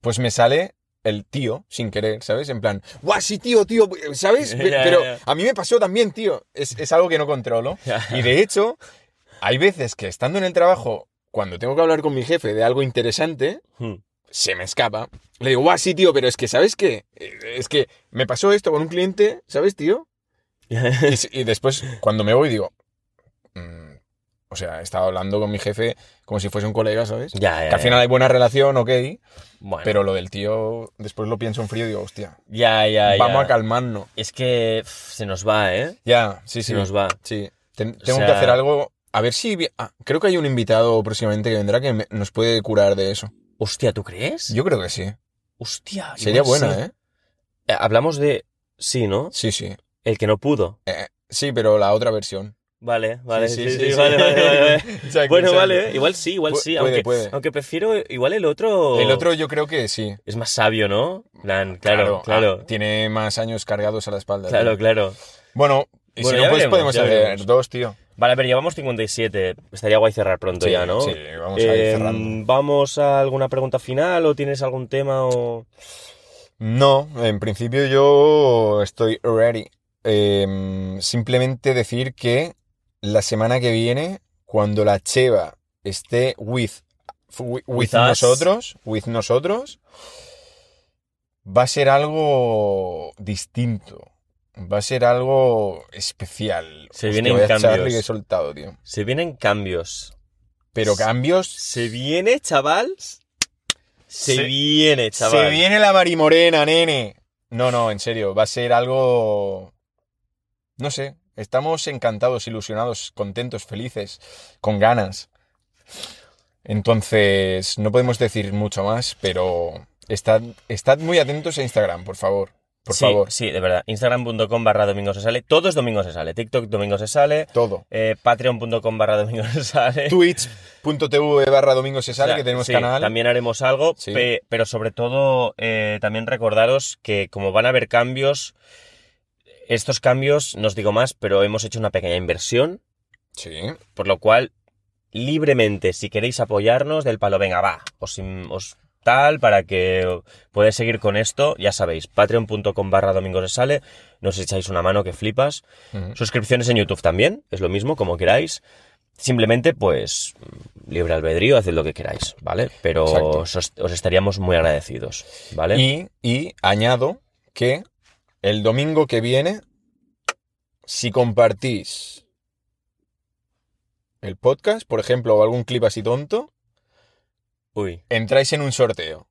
Speaker 2: pues me sale el tío sin querer, ¿sabes? En plan, guau, sí, tío, tío, ¿sabes? Pe-
Speaker 1: Ya,
Speaker 2: Pero
Speaker 1: ya.
Speaker 2: a mí me pasó también, tío. Es, es algo que no controlo. Y de hecho, hay veces que estando en el trabajo, cuando tengo que hablar con mi jefe de algo interesante,
Speaker 1: Hmm.
Speaker 2: se me escapa. Le digo, guau, sí, tío, pero es que, ¿sabes qué? Eh, Es que me pasó esto con un cliente, ¿sabes, tío? Y, s- y después, cuando me voy, digo, "Mm, o sea, he estado hablando con mi jefe como si fuese un colega, ¿sabes?
Speaker 1: ya, ya,
Speaker 2: Que
Speaker 1: ya.
Speaker 2: al final hay buena relación, ok,
Speaker 1: Eh. Bueno,
Speaker 2: pero lo del tío, después lo pienso en frío y digo, hostia,
Speaker 1: ya, ya, ya.
Speaker 2: vamos a calmarnos.
Speaker 1: Es que pf, se nos va, ¿eh?
Speaker 2: Ya, sí, sí.
Speaker 1: Se nos va.
Speaker 2: Sí, ten-
Speaker 1: O
Speaker 2: tengo que
Speaker 1: sea-
Speaker 2: hacer algo. A ver si. vi- ah, creo que hay un invitado próximamente que vendrá que me- nos puede curar de eso.
Speaker 1: Hostia, ¿tú crees?
Speaker 2: Yo creo que sí.
Speaker 1: Hostia.
Speaker 2: Sería
Speaker 1: igual
Speaker 2: buena,
Speaker 1: pues sí.
Speaker 2: ¿eh?
Speaker 1: Eh, Hablamos de... Sí, ¿no?
Speaker 2: Sí, sí.
Speaker 1: El que no pudo.
Speaker 2: Sí, pero la otra versión.
Speaker 1: Vale, vale,
Speaker 2: Sí,
Speaker 1: sí,
Speaker 2: sí,
Speaker 1: sí,
Speaker 2: sí, sí.
Speaker 1: vale, vale, vale, vale.
Speaker 2: Exacto,
Speaker 1: Bueno,
Speaker 2: exacto.
Speaker 1: vale, eh, igual sí, igual
Speaker 2: Pu-
Speaker 1: sí,
Speaker 2: puede,
Speaker 1: aunque,
Speaker 2: puede.
Speaker 1: aunque prefiero igual el otro.
Speaker 2: El otro yo creo que sí.
Speaker 1: es más sabio, ¿no? En plan, claro,
Speaker 2: ah,
Speaker 1: claro,
Speaker 2: tiene más años cargados a la espalda.
Speaker 1: claro,
Speaker 2: tío.
Speaker 1: claro.
Speaker 2: Bueno, y
Speaker 1: Bueno,
Speaker 2: si
Speaker 1: ya
Speaker 2: no, pues
Speaker 1: veremos,
Speaker 2: podemos
Speaker 1: ya
Speaker 2: hacer
Speaker 1: veremos.
Speaker 2: dos, tío.
Speaker 1: Vale, a ver, llevamos 57. Estaría guay cerrar pronto ya, ¿no?
Speaker 2: Sí, vamos a ir
Speaker 1: Eh,
Speaker 2: cerrando.
Speaker 1: ¿Vamos a alguna pregunta final o tienes algún tema o...?
Speaker 2: No, en principio yo estoy ready. Em, simplemente decir que la semana que viene, cuando la Cheva esté with, with, with
Speaker 1: us.
Speaker 2: nosotros, with nosotros, va a ser algo distinto. Va a ser algo especial.
Speaker 1: Se
Speaker 2: Hostia,
Speaker 1: vienen
Speaker 2: vaya
Speaker 1: cambios.
Speaker 2: charla que he soltado, tío.
Speaker 1: Se vienen cambios.
Speaker 2: Pero
Speaker 1: Se-
Speaker 2: cambios.
Speaker 1: ¿Se viene, chaval? Se,
Speaker 2: Se-
Speaker 1: viene, chaval.
Speaker 2: Se viene la marimorena, nene. No, no, en serio, va a ser algo... No sé, estamos encantados, ilusionados, contentos, felices, con ganas. Entonces, no podemos decir mucho más, pero estad, estad muy atentos a Instagram, por favor. Por
Speaker 1: sí,
Speaker 2: favor,
Speaker 1: Sí, de verdad. Instagram.com barra domingo se sale. Todo es domingo se sale. TikTok domingo se sale.
Speaker 2: todo.
Speaker 1: Eh, Patreon.com barra domingo se sale.
Speaker 2: Twitch.tv barra domingo se sale,
Speaker 1: O sea,
Speaker 2: que tenemos
Speaker 1: sí,
Speaker 2: canal.
Speaker 1: También haremos algo,
Speaker 2: Sí.
Speaker 1: pe- pero sobre todo eh, también recordaros que como van a haber cambios, estos cambios, no os digo más, pero hemos hecho una pequeña inversión,
Speaker 2: Sí,
Speaker 1: por lo cual libremente, si queréis apoyarnos, del palo, venga, va, os, in- os tal, para que podáis seguir con esto, ya sabéis, patreon.com barra domingo se sale, nos echáis una mano que flipas.
Speaker 2: Ujú.
Speaker 1: Suscripciones en YouTube también, es lo mismo, como queráis. Simplemente, pues, libre albedrío, haced lo que queráis, ¿vale? Pero
Speaker 2: Exacto.
Speaker 1: os, os estaríamos muy agradecidos, ¿vale?
Speaker 2: Y, y añado que el domingo que viene, si compartís el podcast, por ejemplo, o algún clip así tonto,
Speaker 1: Uy.
Speaker 2: entráis en un sorteo,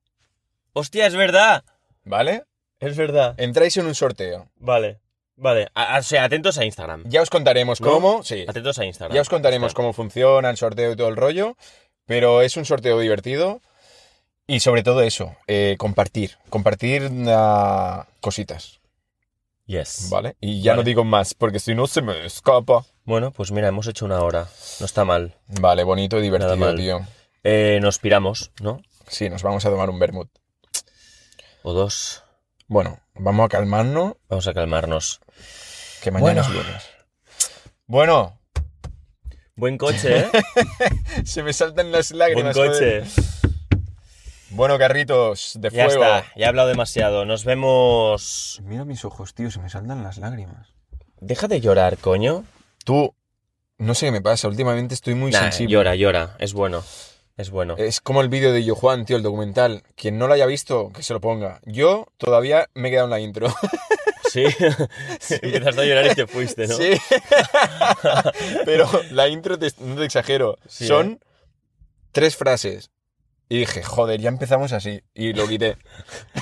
Speaker 1: ¡Hostia, es verdad!
Speaker 2: ¿vale?
Speaker 1: Es verdad.
Speaker 2: Entráis en un sorteo.
Speaker 1: Vale, vale. A- a- o sea, atentos a Instagram.
Speaker 2: Ya os contaremos
Speaker 1: ¿No?
Speaker 2: cómo, sí,
Speaker 1: Atentos a Instagram.
Speaker 2: ya os contaremos
Speaker 1: Está.
Speaker 2: cómo funciona el sorteo y todo el rollo, Pero es un sorteo divertido y sobre todo eso, eh, compartir. Compartir ah, cositas,
Speaker 1: Yes.
Speaker 2: ¿vale? Y ya no
Speaker 1: Vale.
Speaker 2: digo más porque si no se me escapa.
Speaker 1: Bueno, pues mira, hemos hecho una hora. No está mal.
Speaker 2: Vale, bonito y divertido,
Speaker 1: mal.
Speaker 2: tío.
Speaker 1: Eh, nos piramos, ¿no?
Speaker 2: Sí, nos vamos a tomar un vermut.
Speaker 1: O dos.
Speaker 2: Bueno, vamos a calmarnos
Speaker 1: Vamos a calmarnos.
Speaker 2: que mañana
Speaker 1: Bueno.
Speaker 2: es lunes. Bueno,
Speaker 1: Buen coche, ¿eh?
Speaker 2: se me saltan las
Speaker 1: Buen
Speaker 2: lágrimas. joder.
Speaker 1: coche.
Speaker 2: Bueno, carritos de
Speaker 1: Ya
Speaker 2: fuego.
Speaker 1: está, ya he hablado demasiado. Nos vemos.
Speaker 2: Mira mis ojos, tío, se me saltan las lágrimas.
Speaker 1: Deja de llorar, coño.
Speaker 2: Tú, no sé qué me pasa, últimamente estoy muy
Speaker 1: Nah,
Speaker 2: sensible. Eh,
Speaker 1: llora, llora. Es bueno. Es bueno.
Speaker 2: Es como el vídeo de Yo Juan, tío, el documental. Quien no lo haya visto, que se lo ponga. Yo todavía me he quedado en la intro.
Speaker 1: Sí. Empezaste a llorar y te fuiste, ¿no?
Speaker 2: Sí. Pero la intro, te- no te exagero,
Speaker 1: Sí, ¿eh?
Speaker 2: son tres frases. Y dije, joder, ya empezamos así. Y lo quité.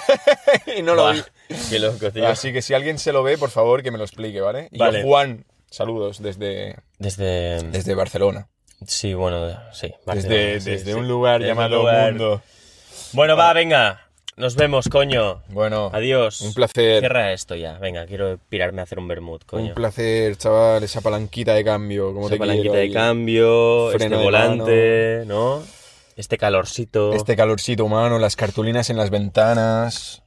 Speaker 2: y no lo
Speaker 1: Buah,
Speaker 2: vi.
Speaker 1: Qué loco, tío.
Speaker 2: Así que si alguien se lo ve, por favor, que me lo explique, ¿vale? Y
Speaker 1: Vale.
Speaker 2: Yo Juan, saludos desde,
Speaker 1: Desde.
Speaker 2: desde Barcelona.
Speaker 1: Sí, bueno, sí. Barcelona,
Speaker 2: Desde,
Speaker 1: sí,
Speaker 2: desde
Speaker 1: sí.
Speaker 2: un lugar
Speaker 1: Desde un
Speaker 2: llamado
Speaker 1: lugar.
Speaker 2: Mundo.
Speaker 1: Bueno, va, venga. Nos vemos, coño.
Speaker 2: Bueno,
Speaker 1: Adiós.
Speaker 2: un placer.
Speaker 1: Cierra esto ya. Venga, quiero pirarme a hacer un vermut, coño.
Speaker 2: Un placer, chaval, esa palanquita de cambio, como
Speaker 1: Esa
Speaker 2: te
Speaker 1: palanquita
Speaker 2: quiero
Speaker 1: de
Speaker 2: ahí.
Speaker 1: cambio,
Speaker 2: Freno
Speaker 1: este
Speaker 2: de
Speaker 1: volante, ¿no? Este calorcito.
Speaker 2: Este calorcito humano, las cartulinas en las ventanas,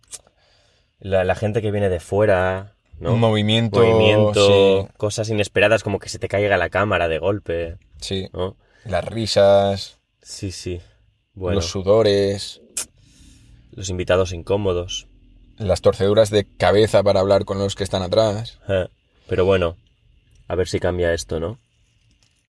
Speaker 1: La, la gente que viene de fuera, ¿no?
Speaker 2: un movimiento.
Speaker 1: Movimiento, cosas inesperadas como que se te caiga la cámara de golpe,
Speaker 2: Sí, sí.
Speaker 1: ¿no?
Speaker 2: Las risas,
Speaker 1: Sí, sí. Bueno,
Speaker 2: los
Speaker 1: los,
Speaker 2: sudores,
Speaker 1: invitados incómodos.
Speaker 2: las torceduras de
Speaker 1: ¿eh?
Speaker 2: cabeza para hablar con los que están atrás.
Speaker 1: Ja. Pero bueno, a ver si cambia esto, ¿no?